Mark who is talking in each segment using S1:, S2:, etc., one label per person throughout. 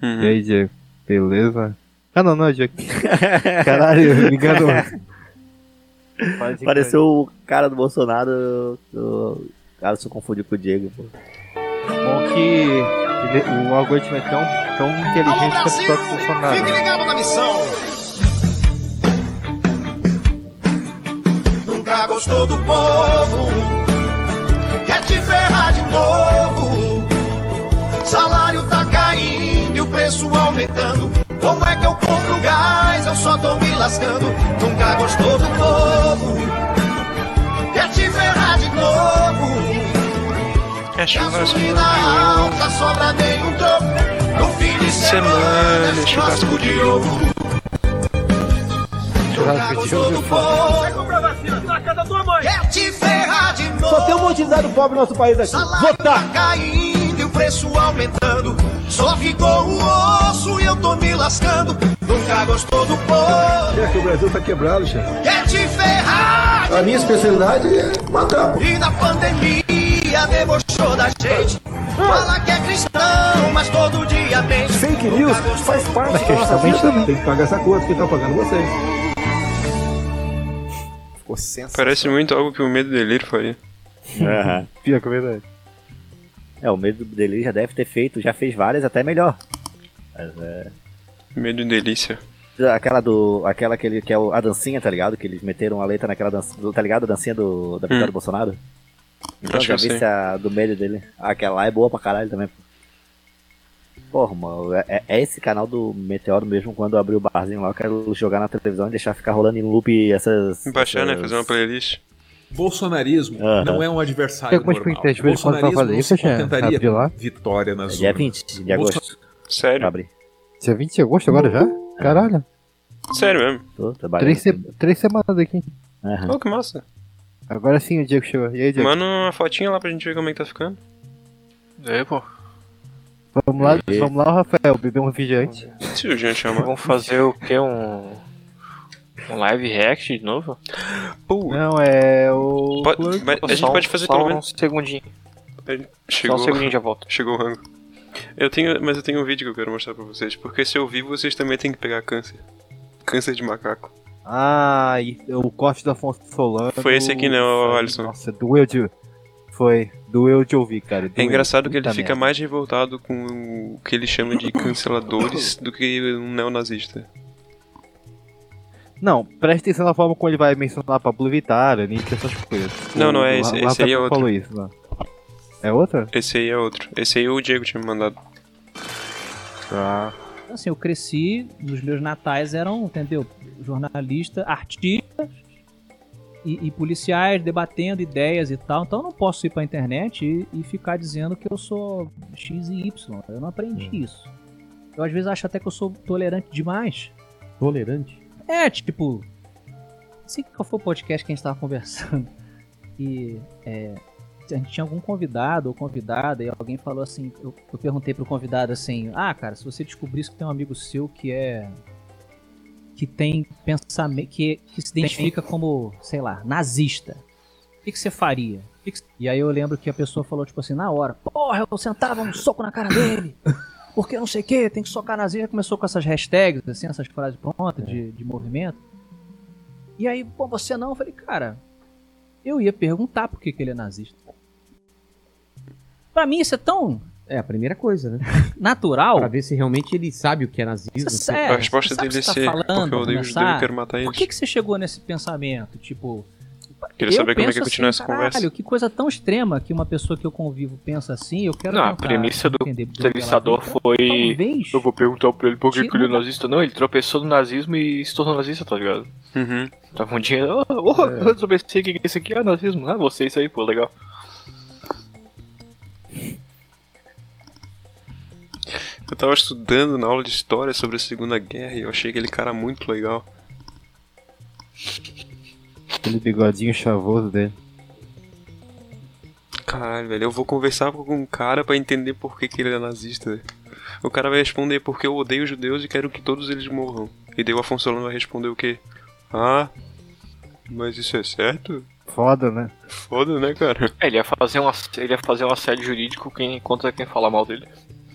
S1: E aí, Diego? Beleza? Ah, não, não, é Diego. Caralho, me enganou. Pode
S2: Pareceu o cara do Bolsonaro. do- Cara, se eu confundi com o Diego. pô.
S1: Bom que ele- o algoritmo é tão, tão inteligente que é próprio Bolsonaro.
S3: ligado na missão. Nunca gostou do povo. Quer te ferrar de novo. Salário tá caindo e o preço aumentando. Como é que eu compro gás? Eu só tô me lascando. Nunca gostou do povo. Quer te ferrar de novo.
S4: Achando que
S5: assim.
S3: Gasolina alta, sobra nem um troco. No fim de semana,
S4: Semana,
S3: é churrasco de ovo.
S6: assim,
S1: Churrasco de ovo.
S3: Quer te ferrar de novo.
S6: Só tem um monte de dado pobre no nosso país aqui.
S3: Salário
S6: Votar!
S3: tá caindo e o preço aumentando. Só ficou o osso e eu tô me lascando. Nunca gostou do povo.
S7: É que o Brasil tá quebrado, chefe.
S3: Quer É te ferrar.
S7: A minha especialidade é matar, pô.
S3: E na pandemia debochou da gente. Fala que é cristão, mas todo dia tem.
S6: Fake news faz parte da nossa vida.
S7: Tem que pagar essa conta, quem tá pagando vocês.
S6: Ficou sensacional.
S4: Parece muito algo que o medo delírio faria.
S1: Pior que é verdade.
S2: É, o medo dele já deve ter feito, já fez várias, até melhor.
S4: Medo e delícia.
S2: Aquela do. Aquela que ele que é o- a dancinha, tá ligado? Que eles meteram a letra naquela dancinha. do- Tá ligado? A dancinha do, da vitória
S4: Hum.
S2: do Bolsonaro? Então
S4: Acho que
S2: já
S4: eu
S2: vi
S4: sei.
S8: é
S2: se a do medo dele. Aquela lá é boa pra caralho também. pô. Porra, mano, é, é- é esse canal do Meteoro mesmo quando eu abri o barzinho lá, eu quero jogar na televisão e deixar ficar rolando em loop essas.
S4: Baixar, né?
S2: essas-
S4: Fazer uma playlist.
S9: Bolsonarismo
S2: Aham.
S9: não é um
S1: Eu
S9: adversário
S1: comentei com
S9: normal.
S1: o Internet Verde quando tava
S9: Bolsonarismo
S1: fazendo
S9: não
S1: isso,
S9: se
S1: já
S9: contentaria
S1: abriu lá. é
S9: com vitória nas
S2: É Dia
S9: urnas.
S2: 20 de agosto.
S8: Tá
S4: Sério?
S2: Abri.
S1: Dia 20 de agosto agora já? Caralho.
S4: Sério mesmo.
S2: Tô trabalhando.
S1: Três, se- três semanas aqui.
S2: Aham.
S4: Oh, que massa.
S1: Agora sim o Diego chegou. E aí, Diego?
S4: Manda uma fotinha lá pra gente ver como é que tá ficando.
S8: É, pô.
S1: Vamos lá, vamos lá, Rafael, beber um refrigerante.
S4: Se o Jean chamar.
S8: Vamos fazer o quê? Um. Um live react de novo?
S4: Pô,
S1: Não, é o.
S4: Pode-
S1: Clor-
S4: mas a gente
S8: Só um-
S4: pode fazer
S8: só
S4: pelo
S8: um
S4: menos.
S8: segundinho.
S4: Chegou.
S8: Só um segundinho já volto.
S4: Chegou o rango. Eu tenho, mas eu tenho um vídeo que eu quero mostrar pra vocês, porque se eu vivo, vocês também têm que pegar câncer. Câncer de macaco. É
S1: Ah, e o corte do Afonso Solano.
S4: Foi esse aqui, né, o
S1: Foi-
S4: Alisson?
S1: Nossa, doeu de. Foi, doeu de ouvir, cara.
S4: É
S1: doeu.
S4: engraçado que ele
S1: Puta
S4: fica
S1: merda.
S4: mais revoltado com o que ele chama de canceladores do que um neonazista.
S1: Não, presta atenção na forma como ele vai mencionar Pablo Vittar, Anitta, essas coisas.
S4: Não,
S1: O-
S4: não é
S1: o
S4: esse-
S1: Ra-
S4: esse
S1: Rafael
S4: aí é outro.
S1: falou isso, não. É outra?
S4: Esse aí é outro. Esse aí o Diego tinha me mandado.
S1: Tá.
S10: Assim, eu cresci, nos meus natais eram, entendeu? Jornalista, artistas e, e policiais debatendo ideias e tal. Então eu não posso ir pra internet e, e ficar dizendo que eu sou X e Y. Eu não aprendi isso. Eu às vezes acho até que eu sou tolerante demais.
S6: Tolerante.
S10: É, tipo. Não sei qual foi o podcast que a gente tava conversando. E é, a gente tinha algum convidado ou convidada, e alguém falou assim. Eu, eu perguntei pro convidado assim: Ah, cara, se você descobrisse que tem um amigo seu que é. que tem pensamento. que, que se identifica como, sei lá, nazista. O que, que você faria? O que que- E aí eu lembro que a pessoa falou, tipo assim, na hora, porra, eu sentava um soco na cara dele porque não sei o que, tem que socar nas ilhas. Começou com essas hashtags, assim, essas frases prontas de, de movimento. E aí, pô, você não? Eu falei, cara, eu ia perguntar por que, que ele é nazista. Pra mim isso é tão
S11: É a primeira coisa, né?
S10: natural.
S11: Pra ver se realmente ele sabe o que é nazismo.
S10: Você-
S11: se-
S10: é,
S4: a resposta
S10: sabe o que
S4: dele é
S10: você tá
S4: ser
S10: falando,
S4: porque eu odeio os
S10: conversar?
S4: judeus e quero matar
S10: Por
S4: eles.
S10: que, que você chegou nesse pensamento? Tipo,
S4: Queria
S10: eu
S4: saber como é que
S10: penso
S4: continua
S10: assim,
S4: essa
S10: caralho,
S4: conversa.
S10: que coisa tão extrema que uma pessoa que eu convivo pensa assim, eu quero
S8: Não, a
S10: tentar
S8: premissa do
S10: entender por que ela
S8: entrevistador
S10: pensa.
S8: foi.
S10: Talvez...
S8: Eu vou perguntar pra ele por que
S10: Tira
S8: que ele é
S10: uma-
S8: nazista. Não, ele tropeçou no nazismo e se tornou nazista, tá ligado?
S4: Uhum.
S8: Tava um dia, oh, oh, eu tropecei, o que que é isso aqui? Ah, nazismo. Ah, você, isso aí, pô, legal.
S4: Eu tava estudando na aula de história sobre a Segunda Guerra e eu achei aquele cara muito legal.
S1: Aquele bigodinho chavoso dele.
S4: Caralho, velho, eu vou conversar com um cara pra entender por que, que ele é nazista. velho. O cara vai responder porque eu odeio os judeus e quero que todos eles morram. E daí o Afonso Solano vai responder o quê? Ah, mas isso é certo?
S1: Foda, né?
S4: Foda, né, cara?
S8: É, ele ia fazer um, ass- ele ia fazer um assédio jurídico quem, contra quem falar mal dele.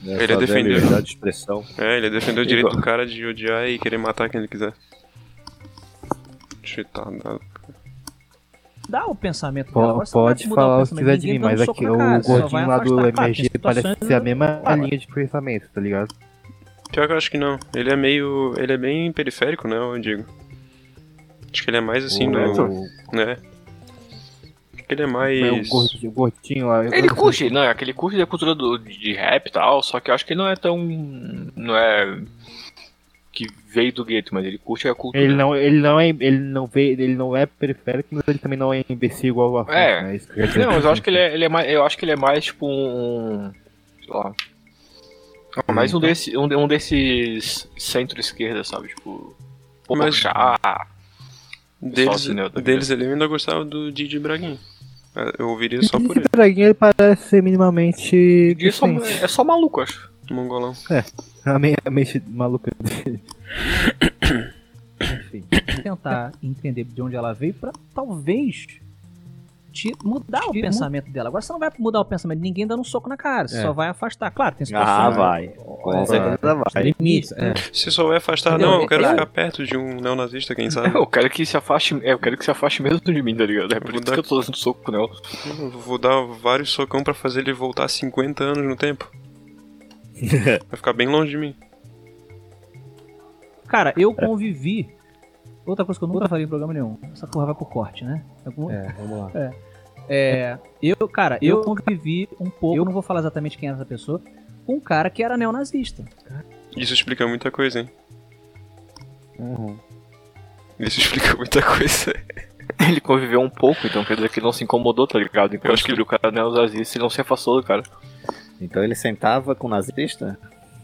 S2: né,
S4: Ele
S2: fazer a
S4: defendeu.
S2: liberdade de expressão.
S4: É, ele defendeu o direito
S2: Igual.
S4: do cara de odiar e querer matar quem ele quiser. tá, Chutar, dado.
S10: Dá o pensamento
S1: Po-
S10: dela. Agora você não vai
S1: pode
S10: mudar
S1: falar o que
S10: pensamento.
S1: quiser de
S10: Ninguém
S1: mim,
S10: dá um
S1: mas
S10: soco
S1: aqui
S10: na
S1: o
S10: cara, só vai
S1: gordinho lá do
S10: afastar. Claro, tem
S1: MRG parece
S10: situações
S1: ser a tá mesma
S10: Vai lá.
S1: linha de pensamento, tá ligado?
S4: Pior que eu acho que não. Ele é meio. Ele é bem periférico, né, eu digo. Acho que ele é mais assim
S1: O
S4: do.
S1: Edson?
S4: Né? Acho que ele é
S1: É o
S4: mais.
S1: gordinho, o gordinho lá. eu
S8: Ele
S1: não sei.
S8: curte, não, é aquele curte da cultura do, de rap e tal, só que eu acho que não é tão. Não é. que veio do gueto, mas ele curte a cultura.
S1: Ele não, ele não é, ele não vê, ele não é periférico, mas ele também não é imbecil igual o Afonso,
S8: É.
S1: né? Isso que eu quero dizer.
S8: Não, mas eu acho que ele é, ele é mais. Eu acho que ele é mais tipo um. Sei lá.
S4: Ah,
S8: Mais um,
S4: tá.
S8: desse, um, de- um desses centro-esquerda, sabe? Tipo.
S4: Mas-
S8: Porchat.
S4: Deles,
S8: assim, né, eu também.
S4: deles ali eu ainda gostava do Didi Braguinha. É, Eu ouviria só por ele.
S1: Esse draguinho ele parece ser minimamente.
S8: É só,
S1: decente.
S8: é só maluco, eu acho.
S4: Mongolão.
S1: É, a me- a mente maluca dele.
S10: tentar entender de onde ela veio pra talvez te mudar o
S11: Te mu-
S10: pensamento dela. Agora você não vai mudar o pensamento de ninguém dando um soco na cara, você
S11: É.
S10: só vai afastar. Claro, tem situações.
S2: Ah, vai. Com certeza vai.
S11: Limites, é.
S4: Se souber afastar,
S10: Entendeu?
S4: não, eu quero
S10: Claro.
S4: ficar perto de um neonazista, quem sabe.
S8: Eu quero que se afaste. é, Eu quero que se afaste mesmo de mim, tá ligado? É por
S4: Vou
S8: isso
S4: dar-
S8: que eu tô dando soco nela.
S4: Eu Vou dar vários socão pra fazer ele voltar 50 anos no tempo. Vai ficar bem longe de mim.
S10: Cara,
S2: É.
S10: eu convivi. Outra coisa que eu nunca falei em programa nenhum. Essa porra vai pro corte, né? Algum-
S11: É, vamos lá.
S10: É, eu, cara, eu convivi um pouco, eu não vou falar exatamente quem era essa pessoa, com um cara que era neonazista.
S4: Isso explica muita coisa, hein? Isso explica muita coisa.
S8: Ele conviveu um pouco, então quer dizer que ele não se incomodou, tá ligado? Enquanto
S4: Eu acho
S8: eu acho
S4: que-
S8: que o cara neonazista, ele não se afastou do cara.
S2: Então ele sentava com nazista?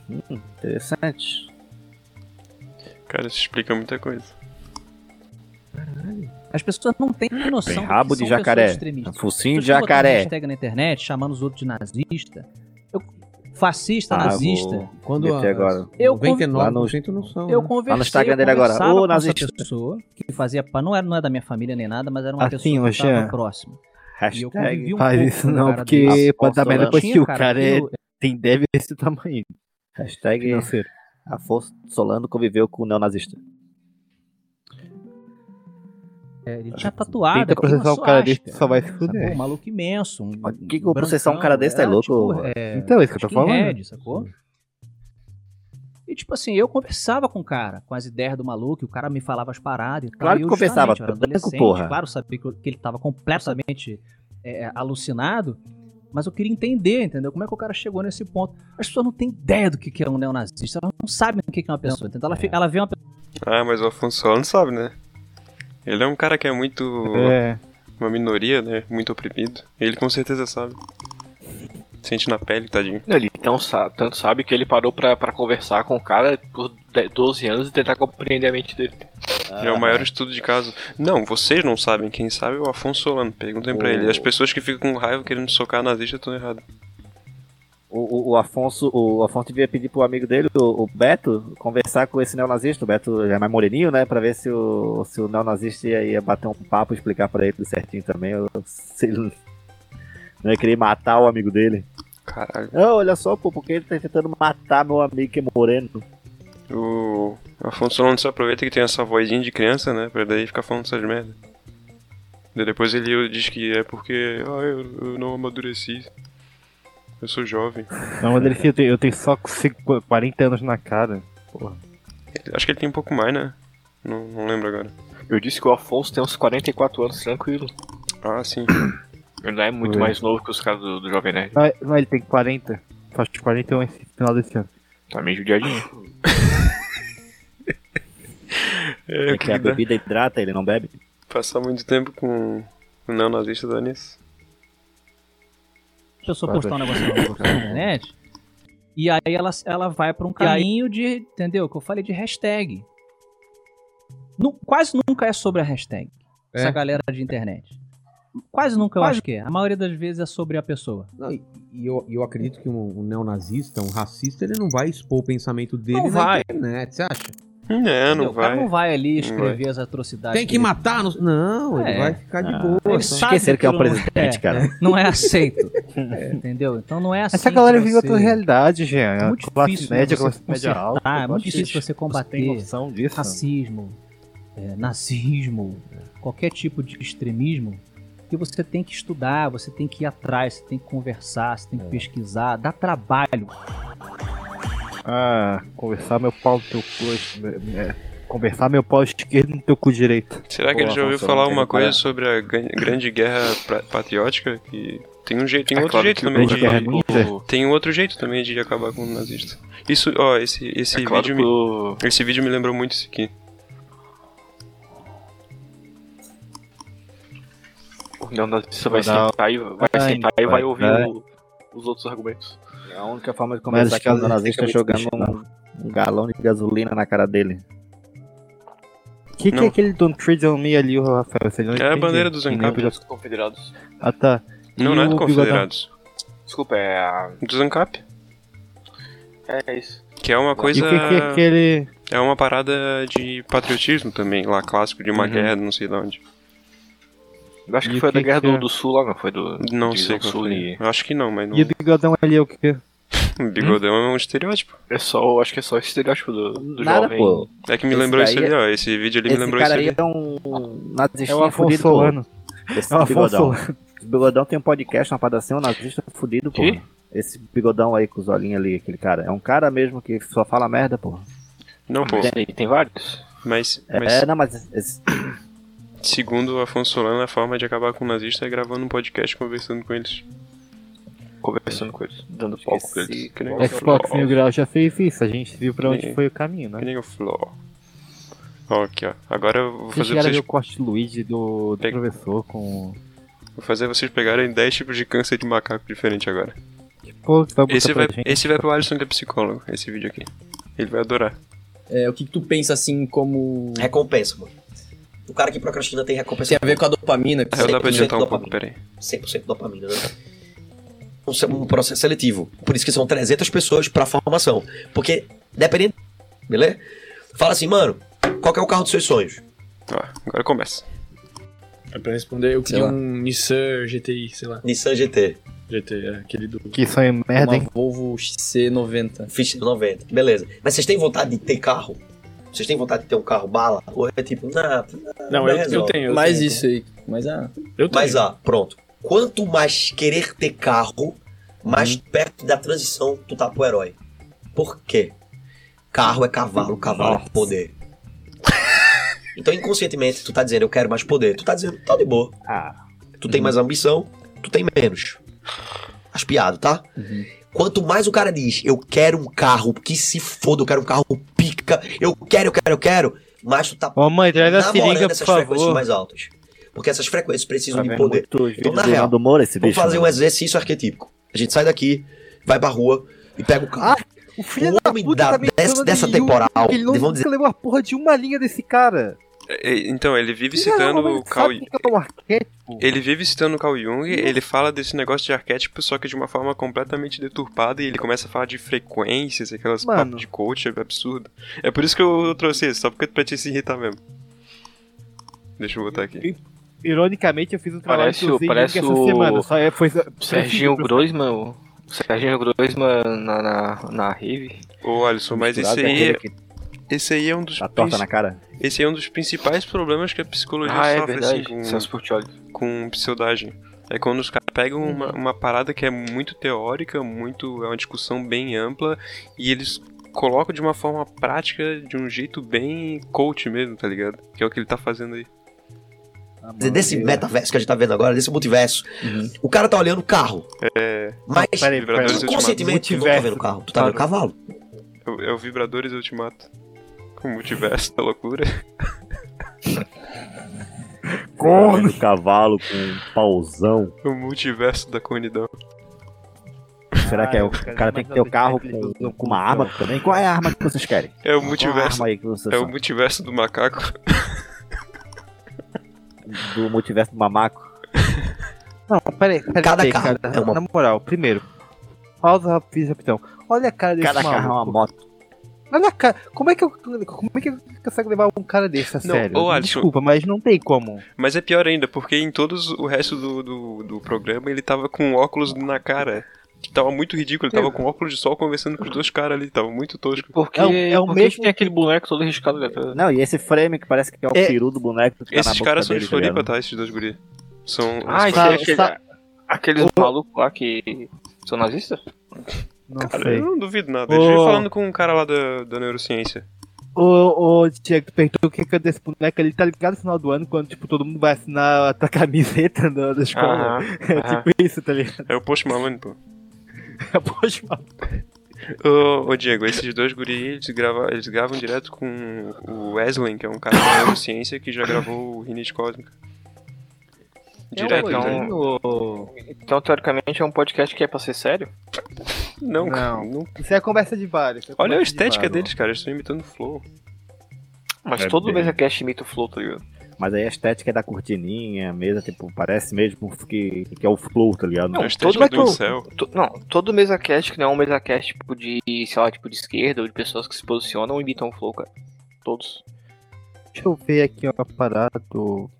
S2: Hum, interessante.
S4: Cara, isso explica muita coisa.
S10: As pessoas não têm noção
S2: Tem
S10: do
S2: rabo
S10: que
S2: de
S10: são
S2: jacaré.
S10: pessoas extremistas.
S2: Focinho
S10: Pessoas
S2: de
S10: que botam
S2: jacaré.
S10: hashtag na internet chamando os outros de nazista. Eu- fascista,
S2: Ah,
S10: nazista.
S2: vou
S11: Quando
S2: meter
S11: a,
S2: agora.
S10: Eu
S11: 99% não são.
S10: Eu
S11: né?
S10: conversei,
S2: Lá no Instagram
S10: eu
S2: dele agora,
S10: conversava
S2: "Ô,
S10: com essa
S2: nazista."
S10: pessoa que fazia pa- não era não é da minha família nem nada, mas era uma
S1: Assim,
S10: pessoa
S1: ô,
S10: que estava
S2: é-
S1: Jean.
S10: próxima. E eu
S2: Hashtag.
S10: convivi um
S1: Faz
S10: pouco
S1: isso
S10: com o
S1: não,
S10: cara
S1: porque
S10: dele.
S1: pode dar merda depois
S10: Tinha,
S1: se o
S10: cara,
S1: cara é-
S10: aquilo-
S1: tem deve desse tamanho.
S2: Hashtag
S1: financeiro.
S2: Afonso Solano conviveu com o neonazista.
S10: ele tinha tatuado.
S1: é Tenta
S10: aqui uma
S1: processar um cara desse,
S10: suástica.
S1: tu só vai se fuder.
S10: Sacou? Um maluco imenso. Um
S2: Mas que que eu processar um cara desse, tá
S10: era,
S2: louco,
S10: Tipo,
S2: mano?
S10: é,
S1: Então, é isso que eu tô falando.
S10: skinhead, sacou? E tipo assim, eu conversava com o cara, com as ideias do maluco, e o cara me falava as paradas e tal.
S2: Claro que
S10: e eu
S2: conversava,
S1: tá
S10: justamente, eu era
S2: branco,
S10: adolescente,
S2: porra.
S10: Claro, sabia que eu- que ele tava completamente é, alucinado, mas eu queria entender, entendeu? Como é que o cara chegou nesse ponto. As pessoas não têm ideia do que que é um neonazista, elas não sabem o que que é uma pessoa, entendeu? Ela, fica- ela vê uma pessoa
S4: Ah, mas o Afonso Solano sabe, né? Ele é um cara que é muito.
S1: É.
S4: uma minoria, né? Muito oprimido. Ele com certeza sabe. Sente na pele, tadinho.
S8: Ele então, sa- tanto sabe que ele parou pra, pra conversar com o cara por de- 12 anos e tentar compreender a mente dele.
S4: é o maior estudo de caso. Não, vocês não sabem. Quem sabe é o Afonso Solano. Perguntem pra
S2: O-
S4: ele. As pessoas que ficam com raiva querendo socar nazista estão erradas.
S2: O, o- o Afonso, o Afonso devia pedir pro amigo dele, o, o Beto, conversar com esse neonazista. O Beto já é mais moreninho, né? Pra ver se o, se o neonazista ia, ia bater um papo, explicar pra ele tudo certinho também. Eu- Se ele não ia querer matar o amigo dele.
S4: Caralho.
S2: Ah, olha só, pô, porque ele tá tentando matar meu amigo que é moreno.
S4: O Afonso Solano se aproveita que tem essa vozinha de criança, né? Pra daí ficar falando essas merda. Daí depois ele diz que é porque. Ah, eu, eu não amadureci. Eu sou jovem.
S1: Não, mas ele, eu, tenho, eu tenho só cinco- 40 anos na cara. Porra.
S4: Acho que ele tem um pouco mais, né? Não, não lembro agora.
S8: Eu disse que o Afonso tem uns 44 anos tranquilo.
S4: Ah, sim.
S8: Ele não é muito
S1: Ui.
S8: mais novo que os caras do, do Jovem Nerd.
S1: Não, não, ele tem 40. Faz 41 esse final desse ano.
S8: Tá meio judiadinho.
S4: É,
S2: É
S4: o
S2: que a
S4: que dá.
S2: bebida hidrata, ele não bebe.
S4: Passar muito tempo com o neonazista dá nisso.
S10: a pessoa postar um negócio na na internet. E aí ela, ela vai pra um caminho de, entendeu? Que eu falei de hashtag. Nu- quase nunca é sobre a hashtag.
S11: É.
S10: Essa galera de internet. Quase nunca eu acho que é. A maioria das vezes é sobre a pessoa.
S11: Não, e e eu, eu acredito que um, um neonazista, um racista, ele não vai expor o pensamento dele
S10: Não
S11: na
S10: vai.
S11: internet, você acha?
S4: É, não
S10: O cara
S4: vai.
S10: não vai ali
S4: Não
S10: escrever
S4: vai.
S10: as atrocidades.
S11: Tem que
S10: ele-
S11: matar. No... Não, ele
S10: É.
S11: vai ficar de
S10: Ah,
S11: boa. então.
S10: ele
S11: só.
S10: sabe
S2: Esqueceram que é o
S10: aquilo não-
S2: presidente,
S10: é,
S2: cara.
S10: Não é aceito. Entendeu? Então não é assim.
S1: Essa galera
S10: que
S1: vive em outra
S10: você-
S1: realidade, Jean.
S10: É muito
S1: A classe
S10: difícil, né,
S1: média,
S10: você
S1: classe média
S10: consertar,
S1: alta.
S10: É muito
S1: classe-
S10: difícil você combater Tá
S1: tem noção disso?
S10: racismo, é, nazismo, qualquer tipo de extremismo. Que você tem que estudar, você tem que ir atrás, você tem que conversar, você tem que pesquisar, dá trabalho.
S1: Ah, conversar meu pau no teu cu. é, é, Conversar meu pau esquerdo no teu cu direito.
S4: Será que ele já ouviu falar uma coisa sobre a gan- Grande Guerra pra- Patriótica? Que tem um jeito, tem
S1: É
S4: outro
S1: claro
S4: jeito
S1: que o
S4: também
S1: Grande Guerra é ninja.
S4: de tem um outro jeito também de acabar com o nazista. Isso, ó, esse esse
S8: É claro
S4: vídeo me esse vídeo me lembrou muito isso aqui.
S8: O neonazista vai
S2: Vou dar-
S8: sentar e vai,
S2: Ai,
S8: sentar e vai
S2: vai,
S8: ouvir
S2: vai.
S8: o- os outros argumentos.
S2: É a única forma de
S8: começar
S2: começar
S8: aqui,
S2: aqui o
S8: né?
S2: nazista
S8: Tem que
S2: jogando um, um galão de gasolina na cara dele.
S1: O que, que é aquele Don't Tread on Me ali, ô, Rafael? Você não
S4: É a
S1: entende?
S4: bandeira dos
S1: Que nem o
S4: ANCAP.
S1: bigodão.
S8: Confederados.
S1: Ah, tá. E
S4: Não, não é
S1: o
S4: do
S1: bigodão?
S4: Confederados.
S8: Desculpa, é a.
S4: Dos ANCAP,
S8: É isso.
S4: que é uma coisa
S1: E o que, que é aquele.
S4: é uma parada de patriotismo também, lá clássico de uma
S1: Uhum.
S4: guerra, não sei de onde.
S8: Eu acho que
S1: E
S8: foi
S1: o
S8: da
S1: que
S8: Guerra
S1: que
S8: do,
S1: é?
S8: do Sul lá, não? Foi do.
S4: Não
S8: Divisão
S4: sei qual
S8: Sul
S4: foi.
S8: e-
S4: Eu Acho que não, mas não.
S1: E o bigodão ali é o que?
S4: O bigodão é um estereótipo.
S8: É só, eu acho que é só estereótipo do, do
S2: Nada,
S8: jovem.
S2: pô.
S4: É que me
S2: Esse
S4: lembrou isso
S2: daí
S4: ali,
S2: é-
S4: ó. Esse vídeo ali me
S2: Esse
S4: lembrou isso
S2: cara
S4: ali.
S2: aí é né? um nazista
S1: É o Afonso
S2: fudido, pô.
S1: Solano.
S2: Esse
S1: É o Afonso
S2: bigodão.
S1: Solano.
S2: Esse bigodão tem um podcast, uma padacinha, um nazista fudido, pô.
S8: Que?
S2: Esse bigodão aí com os olhinhos ali, aquele cara. É um cara mesmo que só fala merda, pô.
S1: é
S4: Não, pô.
S8: Tem, tem vários.
S1: um
S4: Mas,
S2: É,
S4: mas
S2: não, mas esse-
S4: segundo o Afonso Solano, a forma de acabar com o nazista é gravando um podcast conversando com eles.
S8: Conversando com eles, dando palco com eles.
S4: que nem
S1: O
S4: o
S1: Xbox Mil
S4: Flo.
S1: Grau já fez isso, a gente viu pra onde
S4: Sim.
S1: foi o caminho,
S4: Que
S1: né?
S4: nem o Flo. Ó, aqui, ó. Agora eu vou
S1: Vocês
S4: fazer
S1: chegaram a
S4: vocês,
S1: ver o corte Luigi do, do
S4: Pega.
S1: professor com.
S4: vou fazer vocês pegarem 10 tipos de câncer de macaco diferente agora.
S1: Pô, que vai botar
S4: Esse
S1: pra
S4: vai,
S1: gente.
S4: esse vai pro Alisson que é psicólogo, esse vídeo aqui. Ele vai adorar.
S12: É, o que, que tu pensa assim como.
S13: Recompensa, mano. O cara que procrastina tem recompensa.
S12: Tem a ver com a
S1: é
S12: dopamina. que
S4: Ah, dá pra
S12: 100%
S4: adiantar um
S12: dopamina.
S4: pouco, peraí.
S13: 100% dopamina, né? Um se- Um processo seletivo. Por isso que são 300 pessoas pra formação. Porque, dependendo. Beleza? Fala assim, mano, qual que é o carro dos seus sonhos?
S4: Ó, agora começa.
S14: É pra responder, eu queria
S13: Sei lá.
S14: um Nissan GTI, sei lá.
S13: Nissan GT.
S14: GT, é, aquele do.
S1: Que sonho merda,
S13: Uma
S1: hein?
S12: Volvo XC90.
S13: XC90, beleza. Mas vocês têm vontade de ter carro? Vocês têm vontade de ter um carro bala? Ou é tipo, nah,
S14: Não, eu- eu tenho, eu
S12: Mais
S14: tenho.
S12: isso aí. Mas ah.
S13: Mas ah, pronto. Quanto mais querer ter carro, mais
S14: Uhum.
S13: perto da transição tu tá pro herói. Por quê? Carro é cavalo, cavalo é poder. então inconscientemente tu tá dizendo eu quero mais poder. Tu tá dizendo, tá de boa.
S2: ah,
S13: Tu
S1: Uhum.
S13: tem mais ambição, tu tem menos. As piadas, tá?
S1: Uhum.
S13: Quanto mais o cara diz, eu quero um carro, que se foda, eu quero um carro pica, eu quero, eu quero, eu quero, mais tu tá
S1: Ô mãe, traz a
S13: namorando
S1: seringa, por
S13: essas frequências
S1: favor.
S13: mais altas. Porque essas frequências precisam
S2: Tá
S13: de
S2: vendo
S13: poder.
S2: muito vídeo
S13: Então, na
S2: do
S13: real,
S2: Nando Moura, esse
S13: vamos
S2: bicho,
S13: fazer um
S2: né?
S13: exercício arquetípico. A gente sai daqui, vai pra rua e pega o carro.
S1: o
S13: filho o homem da, dessa, dessa
S1: tá de
S13: temporal,
S1: Ele não
S13: vamos
S1: nunca
S13: dizer,
S1: levou a porra de uma linha desse cara.
S4: É, é, Então, ele vive
S1: Ele
S4: citando
S1: não
S4: o Carl
S1: sabe o que é um arquétipo.
S4: Ele vive citando o Carl Jung, ele fala desse negócio de arquétipo, só que de uma forma completamente deturpada, e ele começa a falar de frequências, aquelas
S1: Mano.
S4: papos de coach, é absurdo. É por isso que eu, eu trouxe isso, só porque pra te se irritar mesmo. Deixa eu botar aqui.
S1: Ironicamente, eu fiz um trabalho
S8: Parece
S1: que
S8: o-
S1: usei
S8: parece
S1: essa
S8: o-
S1: semana. Só é, foi,
S8: Serginho Groisman, o Serginho Groisman na, na, na Rave.
S4: Ô, Alisson, mas esse aí, é- esse aí é um
S8: Tá
S4: dos.
S2: a torta
S4: princi-
S2: na cara.
S4: Esse aí é um dos principais problemas que a psicologia
S8: Ah, é
S4: sofre
S8: verdade.
S4: assim,
S8: Celso Portiolli.
S4: com, com pseudagem. É quando os caras pegam uma, uma parada que é muito teórica, muito é uma discussão bem ampla, e eles colocam de uma forma prática, de um jeito bem coach mesmo, tá ligado? Que é o que ele tá fazendo aí.
S13: desse metaverso que a gente tá vendo agora, desse multiverso.
S1: Uhum.
S13: O cara tá olhando o carro,
S4: É.
S13: mas
S4: Peraí, Vibradores
S13: inconscientemente tu não tá
S4: Ultimato.
S13: vendo o carro, tu tá vendo o
S4: Claro.
S13: cavalo.
S4: É o- É o Vibradores Ultimato. Com o multiverso da loucura.
S2: Corno. é cavalo com um pauzão.
S4: O multiverso da conidão.
S2: Será que é o,
S4: Ah,
S2: o
S4: eu
S2: cara,
S4: quero
S2: tem
S4: mais
S2: que ter o
S4: uma
S2: carro
S4: vez que eles
S2: com,
S4: usam
S2: com uma arma também? Qual é a arma que vocês querem?
S4: É o
S2: Qual
S4: multiverso.
S2: arma aí que vocês
S4: É o
S2: são?
S4: multiverso do macaco.
S2: do multiverso do mamaco.
S1: Não, peraí, peraí.
S2: Cada
S1: peraí,
S2: carro
S1: cara,
S2: é uma-
S1: Na moral, primeiro, pausa rapidinho, rapidão. Olha a cara desse
S2: Cada
S1: maluco.
S2: carro é uma moto.
S1: Olha a cara. Como é que eu, como é que eu consegue levar um cara desse a
S4: Não,
S1: sério?
S4: ô, Alisson.
S1: Desculpa, mas não tem como.
S4: Mas é pior ainda, porque em todos o resto do, do, do programa ele tava com óculos na cara. Que tava muito ridículo, ele tava com óculos de sol conversando com os dois caras ali, tava muito tosco.
S8: Porque, por que que tem aquele boneco todo riscado né? ali atrás?
S2: Não, e esse frame que parece que é o
S8: É.
S2: peru do boneco que tá na
S4: Esses
S2: boca
S4: caras são
S2: dele,
S4: de
S2: tá ligado? tá.
S4: Floripa, tá? Esses dois guri. São.
S8: Ah,
S4: eles
S8: esse
S4: foram-
S8: é aquele, aqueles malucos lá que são nazistas?
S1: Não
S4: Cara,
S1: sei.
S4: eu não duvido nada. Eu
S1: Ô.
S4: estive falando com um cara lá da, da neurociência.
S1: Ô, ô, Diego, tu perguntou o que que é desse boneco ali, tá ligado no final do ano, quando, tipo, todo mundo vai assinar a tua camiseta da, da escola?
S4: Aham,
S1: é
S4: aham.
S1: tipo isso, tá ligado?
S4: É o Post Malone, pô.
S1: Poxa,
S4: Ô, ô, Diego, esses dois guri, eles, grava, eles gravam direto com o Wesley, que é um cara da neurociência que já gravou o Rinite Cósmica.
S1: É
S4: Direto,
S8: então,
S1: né?
S4: então.
S8: então, teoricamente, é um podcast que é pra ser sério?
S4: Não, cara,
S1: Isso é conversa de bar. isso é
S4: Olha a
S1: conversa de
S4: estética
S1: bar, ó.
S4: deles, cara. Eles estão imitando o Flow.
S8: Mas
S2: É
S8: todo
S2: bem.
S8: bem. Lasercast imita o Flow, tá ligado?
S2: Mas aí a estética é da cortininha, a mesa, tipo, parece mesmo que, que é o flow, tá ligado?
S8: Não, todo to- não, todo mesacast que não é um mesacast tipo de, sei lá, tipo de esquerda ou de pessoas que se posicionam imitam o flow, cara. Todos.
S1: Deixa eu ver aqui o aparato.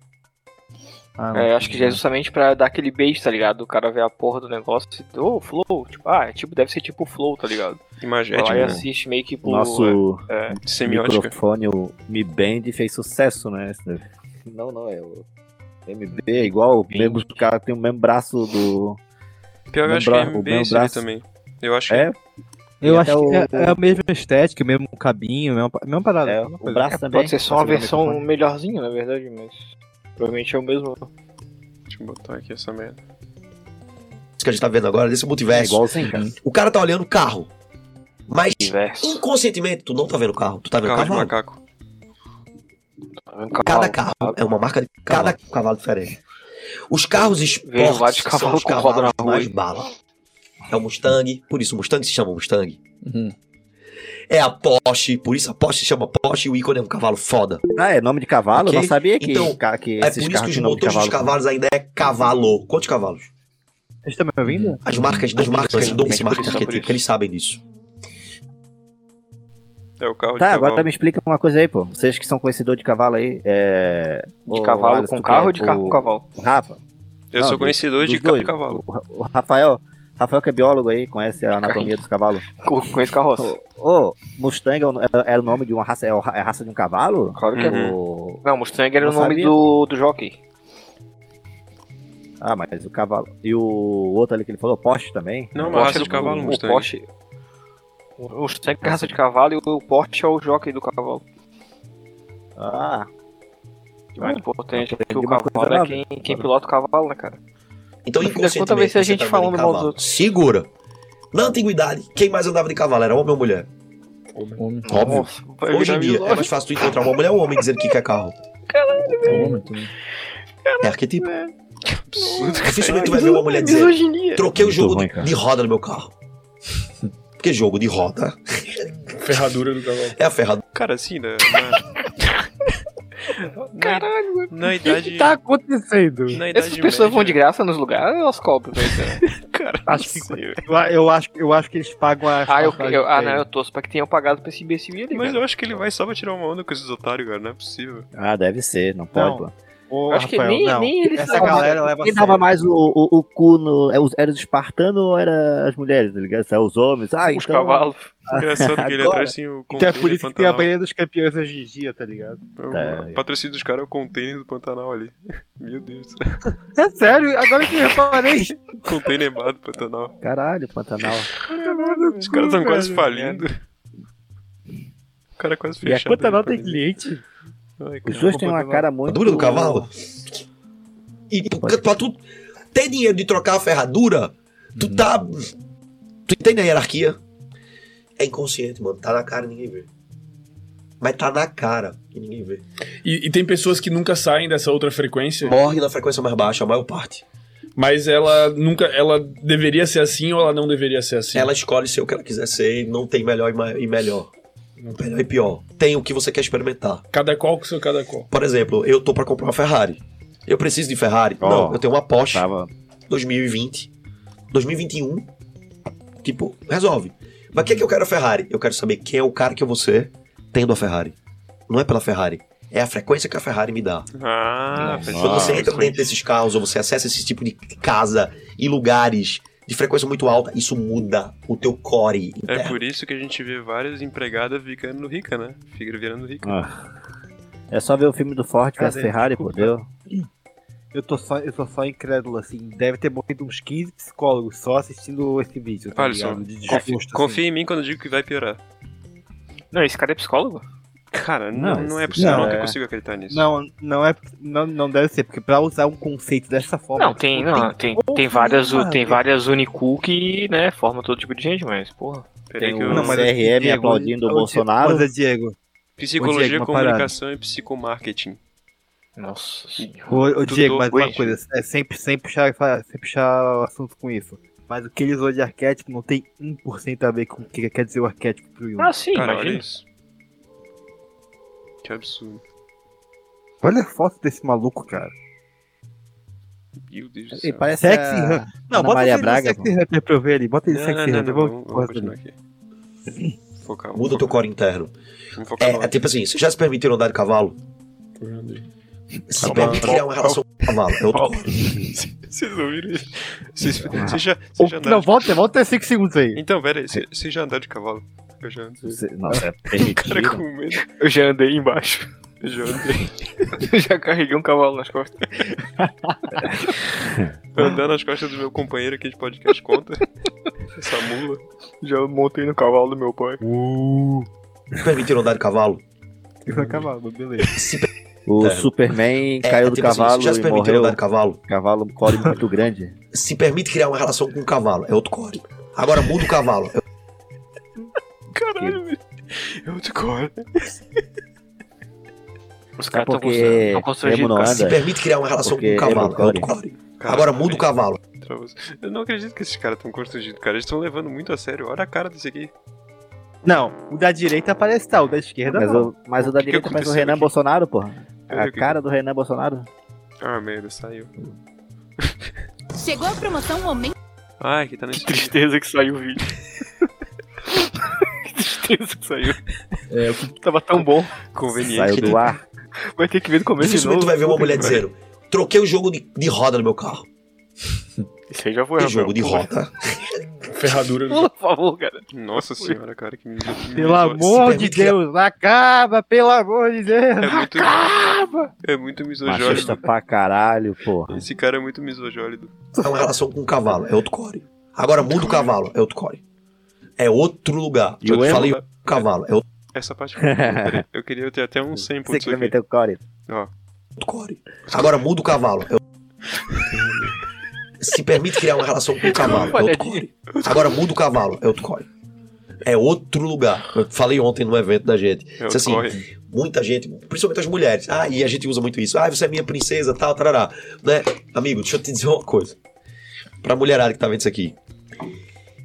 S1: Ah,
S8: É, acho que
S4: Uhum.
S8: já é justamente pra dar aquele beijo, tá ligado? O cara vê a porra do negócio e ô, flow, tipo, ah, é tipo, deve ser tipo flow, tá ligado?
S4: Imagético,
S8: Vai lá e
S4: né?
S8: assiste meio que
S2: O
S8: por.
S2: nosso
S8: é,
S2: microfone, o Mi Band, fez sucesso, né? Não, não, é o MB é igual, o mesmo cara tem o mesmo braço do.
S4: Pior, eu
S2: o
S4: acho que
S2: bra-
S4: é
S2: o
S4: MB
S2: mesmo
S4: esse aí
S2: braço-
S4: também. Eu acho
S2: É?
S4: que.
S1: Eu
S2: E
S1: acho
S2: até
S1: que é,
S2: o-
S1: é a mesma estética, mesmo cabinho, mesma, pa- mesma parada. mesma
S2: É, o
S1: coisa. é
S2: braço também.
S8: Pode ser só uma versão melhorzinha, na verdade, mas. Provavelmente é o mesmo.
S4: Deixa eu botar aqui essa merda.
S13: Isso que a gente tá vendo agora, desse multiverso.
S2: É igualzinho, cara.
S13: O cara tá olhando o carro. Mas inconscientemente, tu não tá vendo o carro, tu tá vendo o
S4: Carro de
S13: cavalo.
S4: macaco.
S8: um
S13: Cada carro é uma marca de cada cavalo diferente. Os carros
S8: Vejo vários
S13: esportes são
S8: cavalos
S13: os
S8: com roda
S13: cavalos
S8: na rua.
S13: mais bala. É o Mustang, por isso o Mustang se chama Mustang. É a Porsche, por isso a Porsche se chama Porsche e o ícone é um cavalo foda.
S2: Ah, é nome de cavalo?
S13: Ok?
S2: Eu não sabia que,
S13: Então,
S2: ca- que
S13: é
S2: esses
S13: por isso
S2: carros
S13: que os
S2: tinham nome de
S13: motores dos
S2: cavalo.
S13: cavalos ainda é cavalo. Quantos cavalos?
S1: Vocês estão me ouvindo?
S13: As marcas, as marcas,
S2: Sim,
S13: dão
S2: sim,
S13: esse marca de
S2: sim,
S13: arquétipo, eles sabem disso.
S4: É o carro de
S2: Tá, agora
S4: cavalo.
S2: tá, me explica uma coisa aí, pô. Vocês que são conhecedores de cavalo aí, é.
S8: De
S2: ô,
S8: cavalo
S2: Alisson,
S8: com
S2: tu
S8: carro
S2: que é
S8: ou de carro
S2: o-
S8: com cavalo?
S2: o Rafa.
S4: Eu sou conhecedor de carro e cavalo.
S2: O, o Rafael, Rafael que é biólogo aí, conhece a anatomia dos cavalos.
S8: Conhece carroça.
S2: Ô, ô, Mustang é o- é- era o nome de uma raça, é o ra- é a raça de um cavalo?
S8: Claro que
S4: Uhum.
S8: é.
S2: O-
S8: Não, Mustang era
S2: Não
S8: o nome
S2: sabia.
S8: do, do jockey.
S2: Ah, mas o cavalo. E o outro ali que ele falou, Porsche também?
S4: Não,
S8: O
S4: uma raça
S8: Porsche
S4: de
S8: é o-
S4: cavalo,
S8: o
S4: Mustang.
S8: Porsche- O Mustang é raça de cavalo e o Porsche é o jockey do cavalo.
S2: Ah.
S8: Que mais importante é que o
S13: uma coisa
S8: cavalo é
S13: nova.
S8: quem, quem pilota o cavalo, né, cara?
S13: Então,
S8: No fim das contas, vai
S13: inconscientemente,
S8: ser
S13: você
S8: a gente
S13: tá andando
S8: falando
S13: em
S8: mal dos
S13: cavalo.
S8: outros.
S13: Segura. Na antiguidade, quem mais andava de cavalo era homem ou mulher?
S12: Homem.
S13: Óbvio.
S8: Nossa,
S13: Hoje em
S8: vai
S13: dia
S8: vir
S13: é mais fácil tu encontrar uma mulher ou um homem dizendo que quer carro.
S8: Caralho,
S12: velho. Homem também.
S13: É arquetipo.
S4: Absurdo.
S13: Dificilmente tu vai ver uma mulher dizer
S8: Misoginia.
S13: troquei o jogo
S12: ruim,
S13: de, de roda no meu carro. Porque jogo de roda
S4: Ferradura do cavalo.
S13: é a ferradura.
S4: Cara, assim, né? na-
S8: Caralho, mano.
S4: Na
S8: O que
S4: idade.
S8: que tá
S1: acontecendo?
S4: Na idade
S8: Essas pessoas
S4: média,
S8: vão de graça nos lugares ou elas cobram? velho, cara?
S1: Acho que, eu, eu acho, eu acho que eles pagam a.
S8: ah, eu, eu- ah, não, eu torço pra que tenham pagado pra esse imbecil ali.
S4: Mas
S8: velho.
S4: eu acho que ele vai só pra tirar uma onda com esses otários, cara. Não é possível.
S2: Ah, deve ser, não pode,
S4: Não.
S2: pô.
S1: Ô,
S8: Eu acho que
S1: Rafael,
S8: nem-
S1: não.
S8: nem eles
S1: Essa
S8: sabem.
S1: galera leva a
S2: Quem
S1: sério.
S2: dava mais o, o, o cu no. é os- Era os espartanos ou era as mulheres, tá ligado? Se é os homens. Ah,
S8: Os
S2: então-
S8: cavalos.
S4: Engraçado que ele
S2: Agora.
S4: atrás tem o
S1: Então é
S4: container
S1: por isso que tem a
S4: Pantanal.
S1: banheira dos campeões hoje em dia, tá ligado?
S4: O patrocínio dos caras é o container do Pantanal ali. Meu Deus.
S1: É sério, agora que eu reparei.
S4: container bar do Pantanal.
S2: Caralho, Pantanal.
S4: Os caras estão quase falindo. O cara é quase
S14: é
S1: E a
S4: fechado.
S1: Pantanal tem cliente.
S2: Os dois têm uma cara muito.
S13: Ferradura do cavalo? E tu- pra tu ter dinheiro de trocar a ferradura, tu tá. Tu entende a hierarquia? É inconsciente, mano. Tá na cara e ninguém vê. Mas tá na cara e ninguém vê.
S14: E, e tem pessoas que nunca saem dessa outra frequência.
S13: Morre na frequência mais baixa, a maior parte.
S14: Mas ela nunca. Ela deveria ser assim ou ela não deveria ser assim?
S13: Ela escolhe ser o que ela quiser ser e não tem melhor e ma- e melhor. Melhor e pior. Tem o que você quer experimentar.
S14: Cada qual com seu cada qual.
S13: Por exemplo, eu tô pra comprar uma Ferrari. Eu preciso de Ferrari?
S14: Ó,
S13: não, eu tenho uma Porsche.
S4: tá.
S13: 2020. 2021. Tipo, resolve. Mas o que, é que eu quero a Ferrari? Eu quero saber quem é o cara que eu vou ser tendo a Ferrari. Não é pela Ferrari. É a frequência que a Ferrari me dá.
S4: Ah, faz
S13: Quando você entra
S4: sentido.
S13: dentro desses carros ou você acessa esse tipo de casa e lugares de frequência muito alta, isso muda o teu core
S4: É
S13: interno.
S4: por isso que a gente vê várias empregadas ficando rica, né? Fica virando rica.
S2: É só ver o filme do Ford vs
S1: Cadê?
S2: Ferrari, pô, deu.
S1: Eu tô, só, eu tô só incrédulo, assim. Deve ter morrido uns 15 psicólogos só assistindo esse vídeo. Tá
S4: Alisson,
S1: ligado? De
S4: confia,
S1: desgosto, assim.
S4: confia em mim quando eu digo que vai piorar.
S8: Não, esse cara é psicólogo?
S4: Cara, não, não, é possível, não,
S1: não,
S4: nunca
S1: é.
S4: consigo acreditar nisso.
S1: Não, não é. Não, não deve ser, porque pra usar um conceito dessa forma.
S8: Não, tem,
S1: tipo,
S8: não, tem, tem várias, tem várias Unicu que, né, forma todo tipo de gente, mas, porra.
S4: Peraí
S1: um-
S4: que
S2: o
S4: eu-
S2: Não, mas
S1: é
S2: CRM Diego, aplaudindo o ô, Diego, Bolsonaro. mas é Diego.
S4: Psicologia,
S1: Ô, Diego, uma
S4: comunicação e psicomarketing.
S8: Nossa senhora.
S1: Ô, ô, Diego, mas uma coisa, é sempre, sem puxar, sem puxar o assunto com isso. Mas o que eles usam de arquétipo não tem 1% a ver com o que quer dizer o arquétipo pro Jung.
S8: Ah, sim,
S4: Cara, olha
S8: imagina.
S4: isso. Que absurdo.
S1: Olha a foto desse maluco, cara.
S4: Meu Deus do
S2: Ele
S4: céu.
S2: parece
S1: Sexy
S2: a
S1: Hunter. Não,
S2: É. Ana
S1: bota
S2: Maria
S1: ele no
S2: Braga,
S1: Sexy Hunter pra eu ver ele. Bota ele
S4: Não,
S1: Sexy
S4: não,
S1: Hunter.
S4: não,
S1: né? vamos-
S4: não, vamos
S1: vamos-
S4: continuar aqui. Focar,
S13: Muda o teu core interno. É, é tipo assim, vocês já se permitiram andar de cavalo? Se
S4: Calma,
S13: permite
S4: calma.
S13: criar uma relação com o cavalo. É outro...
S4: Vocês ouviram isso? Vocês, vocês já,
S1: Ô,
S4: vocês já andaram
S1: Não,
S4: de-
S1: volta, volta 5 segundos aí.
S4: Então, pera aí, vocês vocês já andaram de cavalo? Eu já andei.
S2: Você- não,
S4: O
S2: é
S4: cara
S2: permitido.
S4: com medo.
S8: Eu já andei embaixo. Eu já andei. Eu já carreguei um cavalo nas costas.
S4: Andar Tá nas costas do meu companheiro aqui de podcast conta. Essa mula.
S8: Já montei no cavalo do meu pai.
S13: Se permitiram andar de cavalo?
S1: Isso é cavalo, beleza.
S2: O
S13: É.
S2: Superman
S13: É,
S2: caiu do
S13: tipo assim,
S2: cavalo
S13: já se
S2: e
S13: permitiu
S2: morreu.
S13: andar de cavalo?
S2: Cavalo, core muito grande.
S13: Se permite criar uma relação com o cavalo. É outro core. Agora muda o cavalo.
S2: É.
S4: Caralho, velho. É outro core.
S8: Os
S2: caras tão porque constran- tão emo constrangidos, não cara. anda,
S13: Se permite criar uma relação com
S2: porque
S13: o cavalo.
S2: emo
S13: É outro
S2: core.
S13: core. Agora muda o cavalo.
S4: Travou-se. Eu não acredito que esses caras estão constrangidos, cara. Eles estão levando muito a sério. Olha a cara desse aqui.
S1: Não, o da direita parece tal, o da esquerda
S2: Mas
S1: não.
S2: o, mas o da direita faz o
S4: aconteceu
S2: Renan
S4: aqui?
S2: Bolsonaro, porra.
S4: Olha
S2: A
S4: o que-
S2: cara do Renan Bolsonaro.
S4: Ah, merda, saiu.
S15: Chegou a promoção Momento.
S4: Ai, que tá nesse.
S8: Tristeza que saiu o vídeo. Que Tristeza que saiu.
S12: É,
S8: Tava tão bom.
S4: Conveniente.
S2: Saiu do ar.
S8: Vai ter que ver do começo de novo.
S13: Dificilmente tu vai ver uma mulher
S2: né,
S13: dizendo: troquei o jogo de, de roda no meu carro.
S8: Isso aí já foi,
S13: Que
S8: Rafael.
S13: jogo de roda.
S14: Ferradura
S8: Por favor, cara.
S4: Nossa senhora, cara, que me- me-
S1: Pelo amor de Deus, acaba, pelo amor de Deus.
S4: É muito,
S1: Acaba!
S4: é muito
S2: Machista
S4: misogólido.
S2: pra caralho, porra.
S4: Esse cara é muito misogólido.
S13: É uma relação com o cavalo. É outro core. Agora muda o cavalo. É outro core. É outro lugar.
S2: E o
S13: Eu
S2: emo?
S13: falei o cavalo. É outro
S4: Essa parte. Peraí, Eu queria ter até um sample
S2: Você que
S4: disso
S2: vai
S4: aqui.
S2: meter o core.
S4: Ó.
S13: core. Agora muda o cavalo. É outro- Se permite criar uma relação com o cavalo. É outro core. Agora muda o cavalo. É outro core. É outro lugar. Eu falei ontem no evento da gente.
S4: É
S13: Disse assim,
S4: outro
S13: muita gente, principalmente as mulheres. Ah, e a gente usa muito isso. Ah, você é minha princesa, tal, tarará. Né? Amigo, deixa eu te dizer uma coisa. Pra mulherada que tá vendo isso aqui.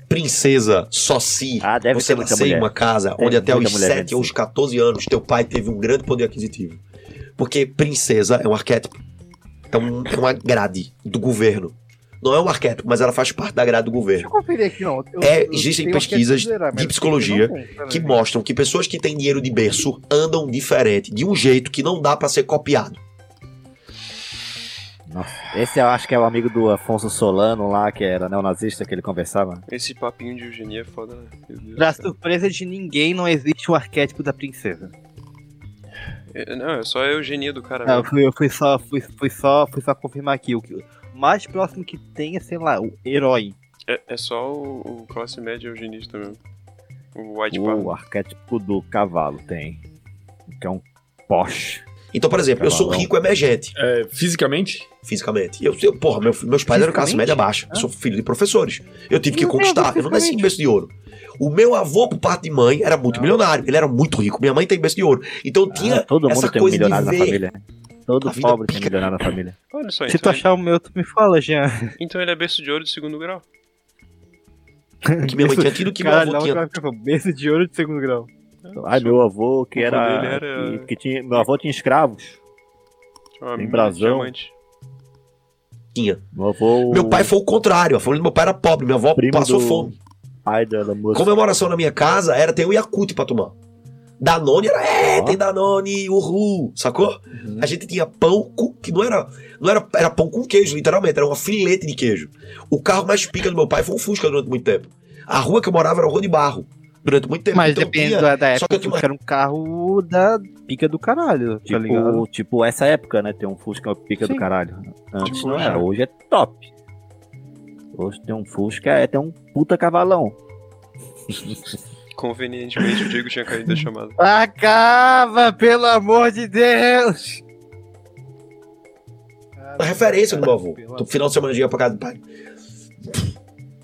S13: Princesa, só se
S2: Ah, deve
S13: você
S2: ter muita
S13: nascer em
S2: mulher.
S13: uma casa
S2: Tem
S13: onde até
S2: muita
S13: os
S2: mulher
S13: 7 ou os 14 anos teu pai teve um grande poder aquisitivo. Porque princesa é um arquétipo. É, um, é uma grade do governo. Não é um arquétipo, mas ela faz parte da grade do governo.
S1: Conferir aqui, não. Eu-
S13: É,
S1: eu
S13: existem
S1: tenho aqui
S13: pesquisas
S1: que zerar, mas
S13: de
S1: eu
S13: psicologia
S1: não compro, né?
S13: que mostram que pessoas que têm dinheiro de berço andam diferente, de um jeito que não dá pra ser copiado.
S2: Nossa, esse eu acho que é o amigo do Afonso Solano lá, que era neonazista, que ele conversava.
S4: Esse papinho de eugenia é foda, né? Meu Deus.
S1: Pra surpresa de ninguém, não existe o arquétipo da princesa.
S4: É, Não, é só a eugenia do cara.
S1: Não, Ah, eu
S4: mesmo.
S1: fui, eu fui só, fui, fui só, fui só confirmar aqui. O que- o mais próximo que tem é, sei lá, o herói.
S4: É, é só o, o classe média eugenista mesmo. O White Power.
S2: O arquétipo do cavalo tem. Que é um Porsche.
S13: Então, por exemplo, eu sou um
S2: Cavalão.
S13: rico emergente.
S14: fisicamente?
S13: Fisicamente. Eu, eu, porra, meu- meus pais eram classe média baixa. Eu sou filho de professores. Eu tive que conquistar. Eu não nasci em berço de ouro. O meu avô, por parte de mãe, era muito milionário. Ele era muito rico. Minha mãe tem berço de ouro. Então tinha.
S2: Todo
S13: essa
S2: mundo tem um
S13: coisa de
S2: milionário na
S13: ver-
S2: família. Todo
S13: A vida
S2: pobre tem um milionário na família.
S4: Olha só,
S1: Se tu
S4: então,
S1: achar o meu, tu me fala, Jean.
S4: ele, então ele é berço de ouro de segundo grau.
S2: Ah,
S13: Que minha mãe tinha tido, que Então, meu
S1: Caralho,
S13: avô
S1: não,
S13: tinha.
S1: cara, Berço de ouro de segundo grau.
S2: Ai, meu avô, que
S4: O avô
S2: era.
S4: dele era-
S2: Que, que tinha, meu avô tinha escravos.
S4: Tinha É uma
S2: Tem
S4: mina de
S2: brasão.
S4: diamante.
S13: tinha.
S2: Meu avô.
S13: Meu pai foi o contrário. A família do meu pai era pobre. Minha avó
S2: Primo
S13: passou
S2: do-
S13: fome.
S2: Ai, da moça.
S13: Comemoração na minha casa era ter o Yakut pra tomar. Danone era, é, tem Danone, uhul, sacou? A gente tinha pão com, que não era, não era, era pão com queijo, literalmente, era uma filete de queijo. O carro mais pica do meu pai foi um Fusca durante muito tempo. A rua que eu morava era rua de barro, durante muito tempo.
S1: Mas
S13: Então,
S1: depende
S13: tinha-
S1: da, da época,
S13: Só que eu
S1: que
S13: tinha uma
S1: era um carro da pica do caralho, tá
S2: Tipo,
S1: ligado?
S2: tipo, essa época, né? Tem um Fusca pica
S1: Sim.
S2: do caralho. Antes
S1: Tipo,
S2: não
S1: já.
S2: era, hoje é top. Hoje tem um Fusca, é tem um puta cavalão.
S4: Convenientemente, o Diego tinha caído da chamada.
S1: Acaba, pelo amor de Deus!
S13: Uma referência do meu avô. No final de semana eu ia pra casa do pai.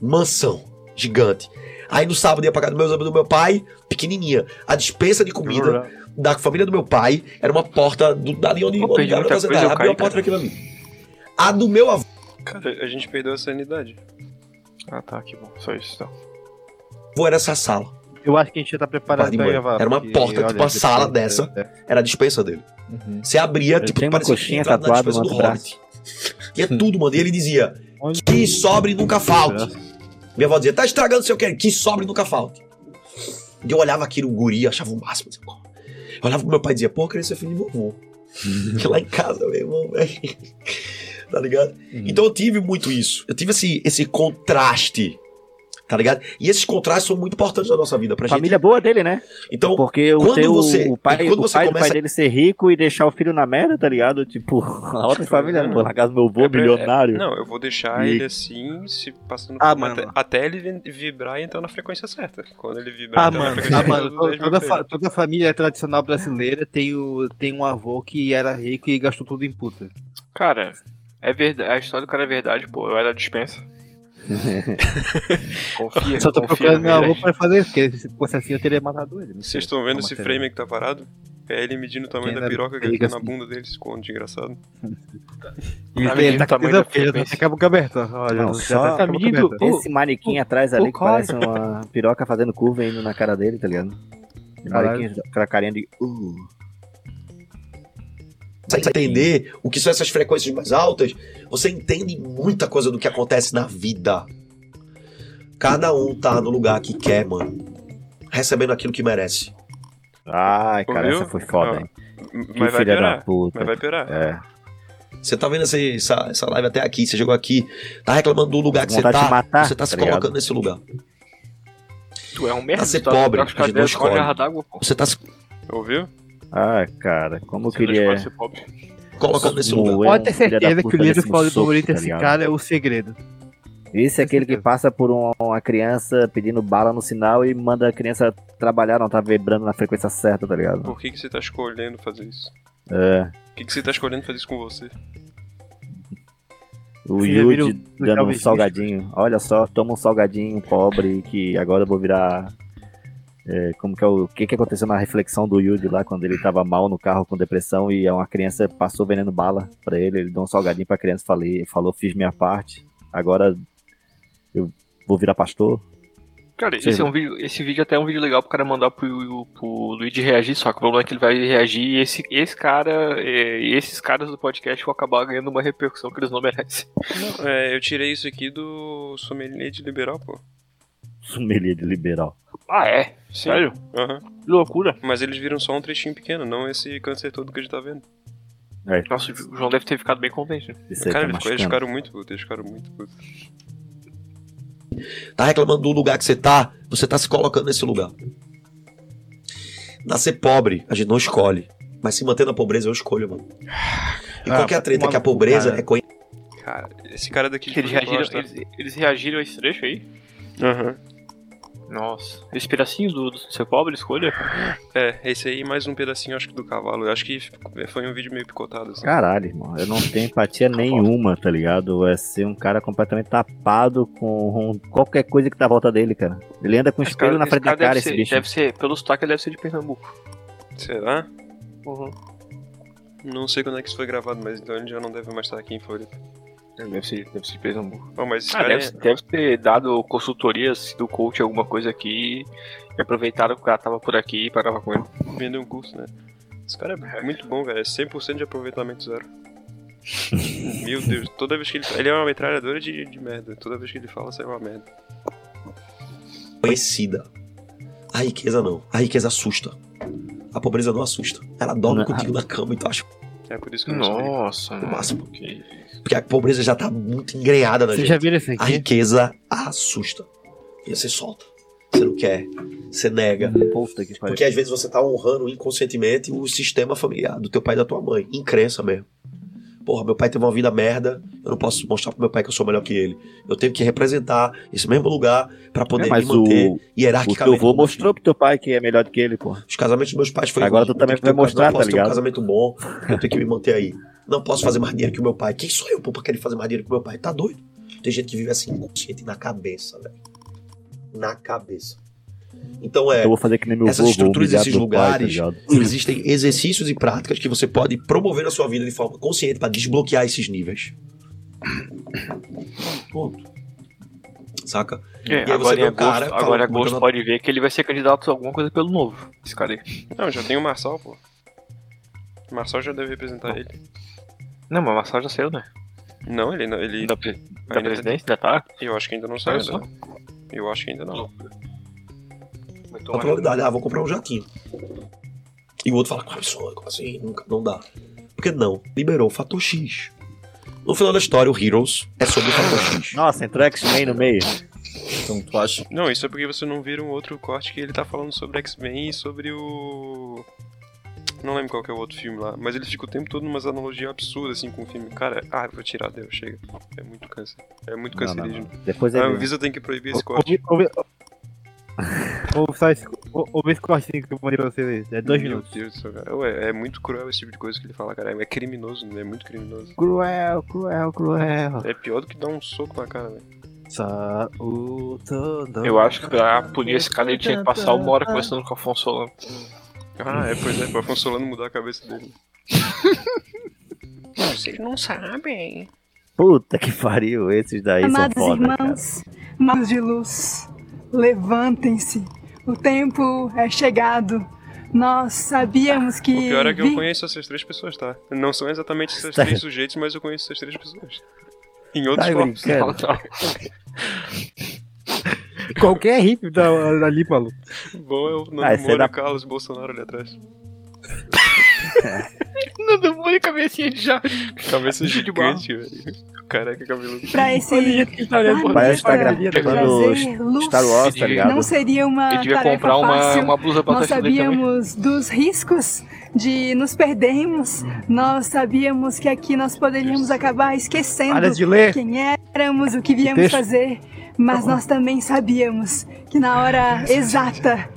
S13: Mansão gigante. Aí no sábado ia pra casa do meu, do meu pai, pequenininha. A dispensa de comida da família do meu pai era uma porta do, dali onde,
S4: Pô, perdi
S13: onde era
S4: muita
S13: pra sentar.
S4: coisa, eu
S13: Abriu
S4: caí,
S13: a
S4: cara.
S13: porta daquilo ali. A do meu avô
S4: Cara, a gente perdeu a sanidade. Ah tá, que bom. Só isso então.
S13: era essa sala.
S1: Eu acho que a gente já tá preparado
S13: Parte de
S1: pra
S13: mãe.
S1: gravar.
S13: Era uma
S1: porque,
S13: porta,
S1: olha,
S13: tipo uma
S1: depois-
S13: sala dessa. Era a dispensa dele. Você abria, tipo,
S2: tenho Uhum. uma
S13: parecia que
S2: coxinha
S13: tinha entrado na
S2: tatuada
S13: dispensa
S2: no
S13: do Hobbit. Tinha tudo, mano. E ele dizia: Que
S2: é
S13: sobre nunca falte. Minha avó dizia: Tá estragando seu querido, que sobre nunca falte. E eu olhava aquilo, o guri, achava o máximo. assim, pô. Eu olhava pro meu pai e dizia: Pô, eu queria ser filho de vovô. Que lá em casa, meu irmão, velho. Tá ligado?
S2: Uhum.
S13: Então eu tive muito isso. Eu tive esse, esse contraste. Tá ligado? E esses contrastes são muito importantes na nossa vida pra
S2: Família
S13: gente.
S2: boa dele, né?
S13: Então,
S2: Porque o
S13: quando
S2: teu,
S13: você-
S2: o pai,
S13: quando
S2: o
S13: você
S2: pai do
S13: começa-
S2: pai dele ser rico e deixar o filho na merda, tá ligado? Tipo, a outra família, pô, na casa do meu avô, milionário.
S4: É, não, eu vou deixar
S2: E-
S4: ele assim, se passando
S1: Ah,
S4: por- até,
S1: mano.
S4: até ele vi- vibrar e entrar na frequência certa. Quando ele vibrar,
S1: Ah,
S4: entrar na
S1: mano,
S4: frequência
S1: ah,
S4: certa,
S1: mano
S4: os
S1: toda,
S4: dois
S1: toda
S4: vão
S1: fa-
S4: ter.
S1: toda família tradicional brasileira tem, o, tem um avô que era rico e gastou tudo em puta.
S8: Cara, é verdade. A história do cara é verdade, pô. Eu era dispensa. confia,
S1: Só tô
S8: confia,
S1: procurando meu avô
S8: velho.
S1: pra fazer isso, porque se fosse assim eu teria matado ele. não sei.
S4: Vocês estão vendo
S1: Não
S4: esse
S1: matei
S4: frame que tá parado? É ele medindo o tamanho
S1: Quem
S4: da
S1: era-
S4: piroca que
S1: ele
S4: tá na
S1: assim.
S4: bunda dele, esconde, engraçado.
S1: ele.
S4: Tá
S1: Ele,
S4: medindo
S1: tá
S4: o
S1: com
S4: tamanho
S1: a
S4: da
S1: boca aberta, tá com a boca aberta. Olha,
S2: Não,
S1: já
S2: só
S1: tá com a boca aberta.
S2: esse manequim atrás ali
S1: o
S2: que parece
S1: Cosmo.
S2: uma piroca fazendo curva indo na cara dele, tá ligado? Esse
S13: Caralho.
S2: manequim, aquela carinha de. Uh.
S13: Você entender o que são essas frequências mais altas, você entende muita coisa do que acontece na vida. Cada um tá no lugar que quer, mano. Recebendo aquilo que merece.
S2: Ai,
S13: cara,
S4: Ouviu?
S13: essa foi foda,
S4: Ó,
S13: hein?
S4: m-
S13: Que
S4: Mas vai
S13: filha da
S4: piorar.
S13: puta.
S4: Mas vai piorar.
S13: Você tá vendo essa, essa, essa live até aqui, você chegou aqui, tá reclamando do lugar que você
S2: Vontade de
S13: tá,
S2: matar,
S13: você tá se
S2: tá ligado?
S13: colocando nesse lugar.
S8: Tu é um merda.
S13: Pra ser
S8: tu tá-
S13: pobre,
S8: tá com
S13: a gente não
S8: cabeça com a
S13: escolhe.
S8: jarra d'água, pô.
S13: Você tá se
S4: Ouviu?
S2: Ah, cara, como eu
S8: Você não
S2: queria.
S8: escolhe ser pobre.
S13: colocando nesse lugar.
S2: Moer
S1: Pode
S2: um
S1: ter
S2: filho da
S1: certeza
S2: puta
S1: que o livro
S2: desse
S1: falando
S2: insulto,
S1: favorito
S2: tá
S1: desse
S2: ligado?
S1: cara é o segredo.
S2: Esse é aquele que passa por um- uma criança pedindo bala no sinal e manda a criança trabalhar, não tá vibrando na frequência certa, tá ligado?
S4: Por que, que você tá escolhendo fazer isso?
S2: É.
S4: Por que, que você tá escolhendo fazer isso com você?
S2: O
S4: Vocês já viram
S2: Yudi
S4: o
S2: dando um
S4: Elvis
S2: salgadinho. Olha só, toma um salgadinho pobre que agora eu vou virar. é, como que é o. O que, que aconteceu na reflexão do Yudi lá quando ele tava mal no carro com depressão e é uma criança passou vendendo bala pra ele, ele deu um salgadinho pra criança e falei, falou, fiz minha parte, agora eu vou virar pastor.
S8: Cara,
S2: Sim.
S8: esse, é um vídeo, esse vídeo até é um vídeo legal pro cara mandar pro, pro Luigi reagir, só que o problema é que ele vai reagir e esse, esse cara é, e esses caras do podcast vão acabar ganhando uma repercussão que eles não merecem.
S4: Não, é, eu tirei isso aqui do sommelier de liberal, pô.
S2: Sumelia de liberal.
S8: Ah, é?
S4: Sim.
S8: Sério?
S4: Aham.
S8: Que loucura.
S4: Mas eles viram só um trechinho pequeno, não esse câncer todo que a gente tá vendo.
S8: Nossa, o João deve ter ficado bem contente. né?
S2: Isso É. aí
S4: Cara,
S2: tá
S4: eles,
S2: machucando.
S4: eles ficaram muito putos, eles ficaram muito putos.
S13: Tá reclamando do lugar que você tá, você tá se colocando nesse lugar. Nascer pobre, a gente não escolhe. Mas se manter na pobreza, eu escolho, mano. E
S4: Ah,
S13: qual que é a treta?
S4: maluco,
S13: Que a pobreza
S4: cara.
S13: é conhe...
S4: Cara, esse cara daqui
S8: Eles reagiram, eles, eles reagiram a esse trecho aí?
S4: Aham.
S8: Nossa. Esse pedacinho do, do ser pobre escolha?
S4: É, esse aí mais um pedacinho, acho que do cavalo. Eu Acho que foi um vídeo meio picotado, assim.
S2: Caralho, irmão, eu não tenho empatia nenhuma, tá ligado? É ser um cara completamente tapado com qualquer coisa que tá à volta dele, cara. Ele anda com um espelho na frente da cara,
S8: deve
S2: esse
S8: ser,
S2: bicho.
S8: Deve ser, pelo sotaque, ele deve ser de Pernambuco.
S4: Será?
S8: Uhum.
S4: Não sei quando é que isso foi gravado, mas então ele já não deve mais estar aqui em Floripa.
S8: Deve ser, deve ser de Pernambuco.
S4: Bom, mas esse
S8: Ah,
S4: cara
S8: deve,
S4: é-
S8: deve ter dado consultorias do coach alguma coisa aqui e aproveitaram que o cara tava por aqui e pagava com ele.
S4: Vender um curso, né? Esse cara é muito bom, velho. É 100% de aproveitamento zero. Meu Deus, é toda vez que ele. Ele é uma metralhadora de, de merda. Toda vez que ele fala, sai uma merda.
S13: conhecida. A riqueza não. A riqueza assusta. A pobreza não assusta. Ela dorme contigo na cama, então acho é
S4: É por isso que eu não sei.
S8: Nossa,
S13: o máximo. Porque a pobreza já tá muito engreada na
S1: Vocês
S13: gente.
S1: já viram isso aqui?
S13: A riqueza assusta. E você solta. Você não quer. Você nega.
S2: Hum,
S13: Porque às vezes você tá honrando inconscientemente o sistema familiar do teu pai e da tua mãe. Em crença mesmo. Porra, meu pai teve uma vida merda. Eu não posso mostrar pro meu pai que eu sou melhor que ele. Eu tenho que representar esse mesmo lugar pra poder
S2: É,
S13: me
S2: mas
S13: manter
S2: o, o
S13: hierarquicamente.
S2: teu avô mostrou pro teu pai que é melhor do que ele, pô.
S13: Os casamentos dos meus pais foi
S2: Agora
S13: ruim.
S2: tu também
S13: Eu tenho
S2: vai
S13: que ter um
S2: mostrar,
S13: casamento-
S2: tá ligado?
S13: Eu posso ter um casamento bom, eu tenho que me manter aí. Não posso fazer mais dinheiro que o meu pai. Quem sou eu, pô, pra querer fazer mais dinheiro que o meu pai? Tá doido? Tem gente que vive assim, inconsciente, na cabeça, velho. Na cabeça. Então é.
S2: Eu vou fazer que nem meu
S13: Essas
S2: vô, vou
S13: estruturas
S2: humilhar
S13: desses
S2: meu pai, tá
S13: lugares,
S2: ligado?
S13: existem exercícios e práticas que você pode promover na sua vida de forma consciente pra desbloquear esses níveis. Ponto. Saca?
S8: É,
S13: E aí você
S8: agora
S13: vê
S8: em
S13: um cara
S8: agosto, agora em
S13: falando-
S8: agosto pode ver que ele vai ser candidato a alguma coisa pelo novo. Esse cara aí.
S4: Não, já tem o Marçal, pô. O Marçal já deve representar ele.
S8: Não, mas o Marçal já saiu, né?
S4: Não, ele. não- ele
S8: da
S4: ainda-
S8: presidência, ainda tá?
S4: Eu acho que ainda não saiu.
S8: Olha só.
S4: né? Eu acho que ainda não.
S8: Então,
S13: A
S8: é
S13: probabilidade, ah, vou comprar um jatinho. E o outro fala, que absurdo, como assim? Nunca, não dá. Porque não, liberou o fator X. No final da história, o Heroes é sobre o fator X.
S2: Nossa, entrou X-Men no meio.
S13: Então tu acha.
S4: Não, isso é porque você não viram outro corte que ele tá falando sobre X-Men e sobre o. Não lembro qual que é o outro filme lá, mas ele fica o tempo todo numas analogias absurdas assim com o filme. Cara, ah, eu vou tirar, deu, chega. É muito câncer. É muito
S2: Não, é não, não.
S4: cancerígeno. Ah,
S2: Depois
S4: a
S2: ele-
S4: Anvisa tem que proibir esse corte.
S1: Ouvi, ouvi, ouvi só esse, ou- ouvi esse cortinho que eu mandei pra vocês. aí. É dois
S4: Meu
S1: minutos.
S4: Deus do céu, cara. Ué, é muito cruel esse tipo de coisa que ele fala, cara. É criminoso, né? É muito criminoso.
S1: Cruel, cruel, cruel.
S4: É pior do que dar um soco na cara, velho.
S8: Eu acho que pra punir esse cara ele tinha que passar uma hora conversando com o Afonso Solano.
S4: Ah, é, pois é, pra Afonso Solano mudar a cabeça dele.
S16: Vocês não sabem.
S2: Puta que pariu, esses daí
S16: Amados
S2: são foda. cara.
S16: irmãos, amados de luz, levantem-se. O tempo é chegado. Nós sabíamos que.
S4: O pior é que eu
S16: vi-
S4: conheço essas três pessoas, tá? Não são exatamente esses
S2: Tá.
S4: três sujeitos, mas eu conheço essas três pessoas. Em outros
S1: Tá
S4: corpos.
S1: brincando? Qualquer hippie da, dali, maluco.
S4: Bom é o Nando
S1: Ah, esse é
S4: Moura e
S1: da-
S4: o Carlos Bolsonaro ali atrás.
S16: Nando Moura e cabecinha de já.
S4: Cabeça
S16: Bicho de barro.
S4: gigante, velho. Careca cabeludo.
S16: Pra esse.
S2: Parece que tá
S16: planeta
S2: gravando Star Wars, tá ligado?
S16: Não seria uma
S8: Ele devia
S16: tarefa
S8: comprar uma-
S16: fácil.
S8: uma blusa pra
S16: Nós
S8: teste dele também.
S16: sabíamos dos riscos de nos perdermos.
S10: Uhum.
S16: Nós sabíamos que aqui nós poderíamos acabar esquecendo
S1: Para de ler.
S16: quem éramos, o que viemos
S1: Deixa.
S16: fazer.
S17: Tá
S16: Mas nós também sabíamos que na hora exata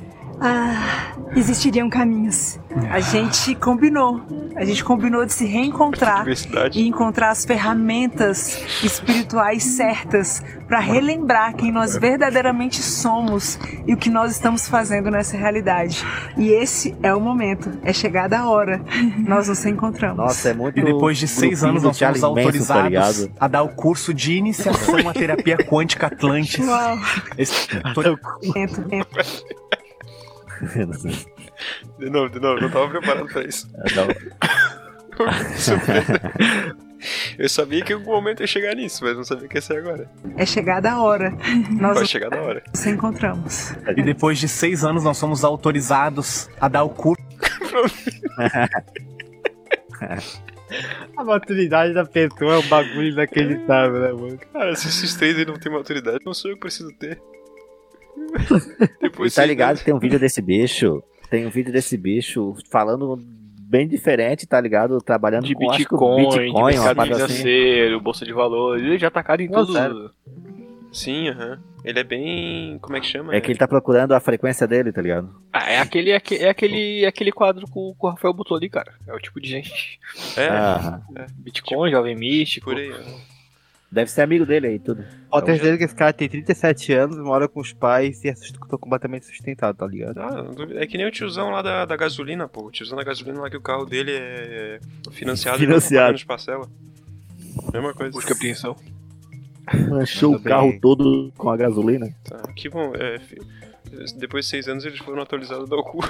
S16: ah, existiriam caminhos.
S17: A gente combinou. A gente combinou de se reencontrar
S4: Diversidade.
S17: Ah, e encontrar as ferramentas espirituais certas para relembrar quem nós verdadeiramente somos e o que nós estamos fazendo nessa realidade. E esse é o momento, é chegada a hora. Nós nos reencontramos.
S2: Nossa, é muito.
S5: E depois de seis
S2: grupinho
S5: anos
S2: do
S5: nós
S2: Charlie
S5: fomos
S2: Manson, tá
S5: autorizados
S2: ligado?
S5: a dar o curso de iniciação à terapia quântica Atlantis.
S16: Uau.
S5: Esse- é
S2: É
S16: Entro,
S17: é,
S16: entro.
S4: De novo, de novo, eu não tava preparado pra isso.
S2: Não.
S4: Surpresa. Eu sabia que em algum momento ia chegar nisso, mas não sabia que ia ser agora.
S17: É chegada a hora. Nós
S4: Vai chegar na hora.
S17: nos reencontramos.
S5: E depois de seis anos nós somos autorizados a dar o curso.
S1: A maturidade da pessoa é um bagulho inacreditável, né, mano?
S4: Cara, se esses três aí não têm maturidade, não sou eu que preciso ter.
S2: E tá
S4: né?
S2: ligado que tem um vídeo desse bicho, tem um vídeo desse bicho falando bem diferente, tá ligado? Trabalhando
S8: De
S2: com acho que
S8: Bitcoin,
S2: Bitcoin,
S8: de
S2: uma
S8: mercado
S2: parada assim.
S8: financeiro, bolsa de valores, ele já tá caro em
S2: Não,
S8: tudo.
S2: sério.
S4: Sim, aham. Ele é bem. Como é que chama?
S2: É que ele tá procurando a frequência dele, tá ligado?
S8: Ah, é aquele, é aque- é aquele, é aquele quadro que o que o Rafael botou ali, cara. É o tipo de gente.
S4: É.
S2: Aham.
S8: Bitcoin, Jovem Místico. Tipo, Por aí,
S2: Deve ser amigo dele aí, tudo.
S1: Ó, tem certeza que esse cara tem 37 anos, mora com os pais e é sust- tô completamente sustentado, tá ligado?
S4: Ah, não duvido. é que nem o tiozão lá da, da gasolina, pô. O tiozão da gasolina lá que o carro dele é financiado, e não tá
S2: Financiado.
S4: pagando as parcelas. Mesma coisa. Busca
S8: apreensão.
S2: Manchou o carro todo com a gasolina.
S4: Tá, que bom. é, fi- depois de seis anos eles foram atualizados do cu.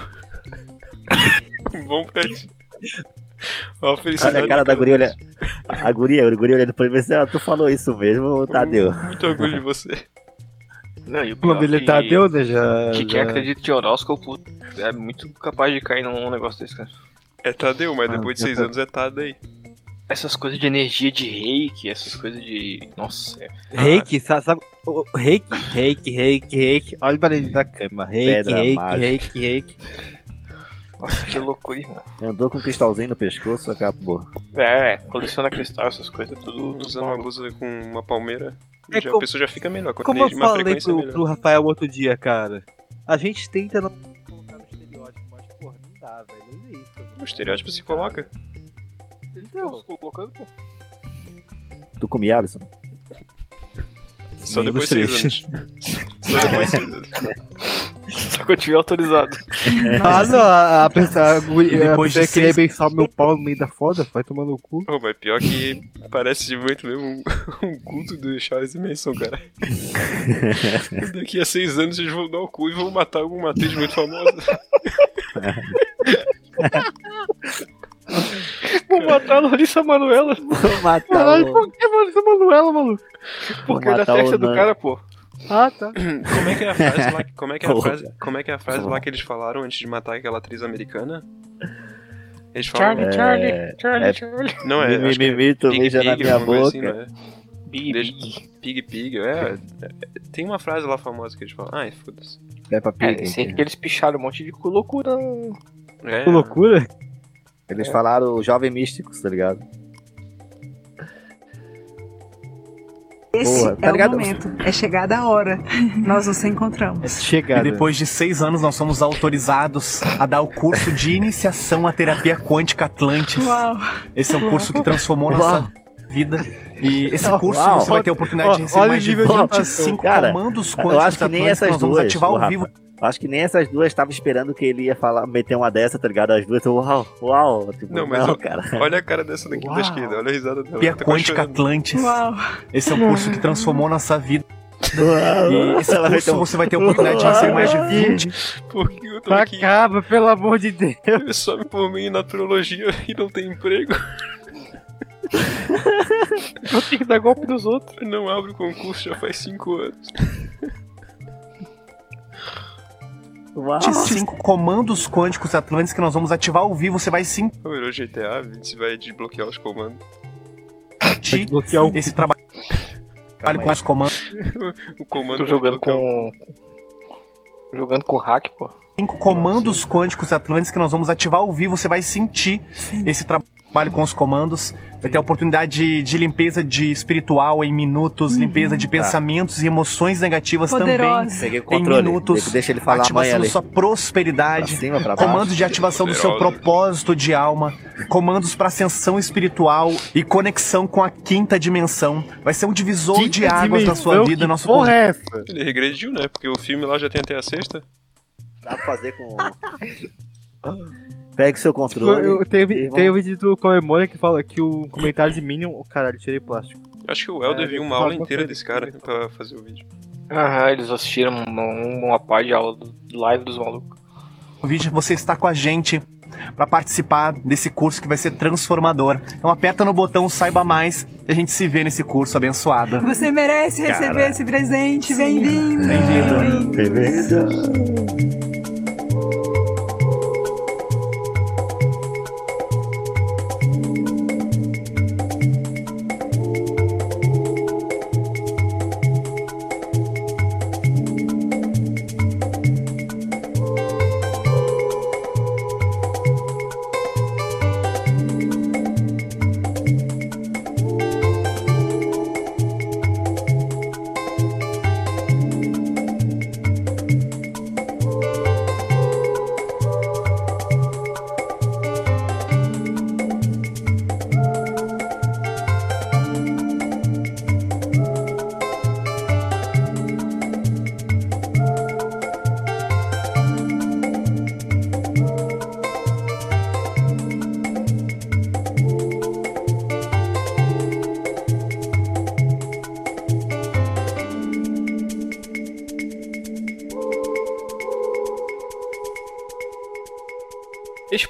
S4: bom pra eles. Ó, a felicidade.
S2: Olha a cara da
S4: do
S2: guria, olha. A assim, guria, a guria olhando pra ele, mas, ah, tu falou isso mesmo, Tadeu.
S4: Muito orgulho de você.
S8: Não, e o
S1: Quando
S8: pior
S1: ele
S8: que-
S1: tá deu, né, já-
S8: Que quem
S1: já-
S8: acredita em horóscopo é muito capaz de cair num negócio desse, cara.
S4: É Tadeu,
S2: Ah,
S4: mas depois de seis anos é Tadei.
S8: Essas coisas de energia de reiki, essas coisas de. Nossa, é.
S1: Reiki, sa- sabe? o- o Reiki, reiki, reiki, reiki. Olha o barulho da cama. Reiki,
S2: Pedra
S1: reiki,
S2: mágica.
S1: reiki, reiki.
S8: Nossa, que loucura, irmão.
S2: Andou com um cristalzinho no pescoço, acabou.
S8: É, coleciona cristal, essas coisas, é tudo. tudo
S4: Usando uma blusa com uma palmeira,
S1: É
S4: já,
S1: como-
S4: a pessoa já fica melhor. Quanto
S1: Como eu
S4: mais uma
S1: falei
S4: frequência,
S1: pro,
S4: melhor.
S1: pro Rafael outro dia, cara. A gente tenta não colocar no estereótipo, mas porra, não dá, velho. Olha isso.
S4: O estereótipo se coloca.
S8: Então, colocando, pô.
S2: Tu comia, Alisson?
S4: Só
S2: Nem
S4: depois de
S2: gostei.
S4: seis anos. Só depois de seis anos.
S8: Só que eu tiver autorizado.
S1: Ah, não, a, a pessoa, a guria- a
S4: Depois de
S1: pessoa queria
S4: seis-
S1: beijar meu pau no meio da foda, vai tomar no cu.
S4: Pô, mas pior que parece muito mesmo um, um culto do Charles Manson, cara. Daqui a seis anos eles vão dar o cu e vão matar alguma atriz muito famosa.
S8: Vou matar a Larissa Manuela.
S2: Vou matar
S8: Caralho,
S2: o-
S8: por que Larissa Manuela, maluco? Porque é da
S4: matar o
S8: testa do
S4: Nan.
S8: cara, pô.
S1: Ah, tá.
S4: Como é que é a frase lá, como é que é a
S8: Porra.
S4: frase, como é que é a frase lá que eles falaram antes de matar aquela atriz americana? Eles
S8: Charlie,
S4: falaram...
S2: É.
S8: Charlie, Charlie, Charlie.
S4: Não é,
S2: Me,
S4: acho que
S2: me,
S4: é
S2: me, tu mija na minha
S4: alguma coisa
S2: boca.
S4: Assim, não é? Deixa- Pig, pig, é, é, Tem uma frase lá famosa que eles falam, ai, foda-se.
S2: Peppa Pig.
S4: É,
S8: Sei que eles picharam um monte de cu- loucura.
S4: É.
S8: né?
S1: loucura.
S2: Eles
S8: É.
S2: falaram jovem místicos, tá ligado?
S17: Esse
S2: Porra, tá
S17: é
S2: ligado?
S17: o momento. É chegada a hora. Nós nos encontramos.
S1: É Chegada.
S5: E depois de seis anos, nós somos autorizados a dar o curso de iniciação à terapia quântica Atlantis.
S17: Uau.
S5: Esse é um curso que transformou
S2: Uau.
S5: nossa vida. E esse
S2: Uau.
S5: curso você vai ter a oportunidade de
S2: Ó,
S5: receber
S2: olha o
S5: mais de
S2: nível de
S5: 25
S2: Cara,
S5: comandos
S2: Eu
S5: quânticos
S2: acho que nem
S5: Atlantis
S2: essas
S5: nós vamos
S2: duas.
S5: ativar
S2: ô,
S5: ao
S2: Rafa,
S5: vivo.
S2: eu acho que nem essas duas estavam esperando que ele ia falar, meter uma dessa, tá ligado? As duas, então, uau, uau. Tipo,
S4: Não, mas ó,
S2: cara.
S4: É. olha a cara dessa daqui
S2: Uau.
S4: da esquerda, olha a risada dela.
S5: Terapia
S4: tá
S5: é quântica
S4: chorando.
S5: Atlantis.
S17: Uau.
S5: Esse é um curso que transformou nossa vida.
S2: Uau.
S5: E esse
S2: Ela vai
S5: curso
S2: ter um-
S5: você vai ter a oportunidade de receber mais de 20
S4: Por que um eu tô aqui?
S1: Acaba, pelo amor de Deus.
S4: Eu só me formei em naturologia e não tenho emprego.
S8: Eu tenho que dar golpe nos outros.
S4: Eu não abro concurso já faz 5 anos.
S5: 25 comandos quânticos Atlantis que nós vamos ativar ao vivo. Você vai sentir
S4: Ô, Virou GTA, você vai desbloquear os comandos.
S5: esse trabalho
S4: Calma aí.
S5: com os comandos.
S4: O comando
S8: Tô
S4: vai
S8: jogando
S4: desbloquear o-
S8: com. Jogando com hack, pô.
S5: Cinco comandos quânticos Atlantis que nós vamos ativar ao vivo. Você vai sentir esse trabalho com os comandos. Vai ter a oportunidade de, de limpeza de espiritual em minutos, limpeza de
S2: Tá.
S5: pensamentos e emoções negativas
S2: Poderosa.
S5: também
S2: Peguei o controle.
S5: em minutos.
S2: Deixa ele falar
S5: ativação
S2: amanhã,
S5: da
S2: Ale.
S5: sua prosperidade,
S2: Pra cima, pra baixo.
S5: comandos de ativação do seu
S2: Poderosa.
S5: propósito de alma, comandos para ascensão espiritual e conexão com a quinta dimensão. Vai ser um divisor de
S4: Quinta
S5: águas na sua
S4: dimensão?
S5: vida,
S4: Que
S5: nosso
S4: porra
S1: é
S4: Ele regrediu, né? Porque o filme lá já tem até a sexta.
S2: Dá pra fazer com. Pega o seu controle.
S1: Eu, eu, teve,
S2: e vamos-
S1: teve um vídeo do Comemora que fala que o comentário de Minion. Oh, caralho, tirei plástico.
S4: Acho que o Helder
S1: É,
S4: viu
S1: eu
S4: uma
S1: falo
S4: aula
S1: uma
S4: inteira
S1: coisa.
S4: desse cara pra fazer o vídeo.
S8: Aham, eles assistiram uma, uma parte de aula do live dos malucos.
S5: convite você está com a gente para participar desse curso que vai ser transformador. Então aperta no botão saiba mais e a gente se vê nesse curso abençoado.
S17: Você merece receber
S5: Cara.
S17: esse presente. Bem-vindo.
S5: Bem-vindo. Beleza.
S8: Este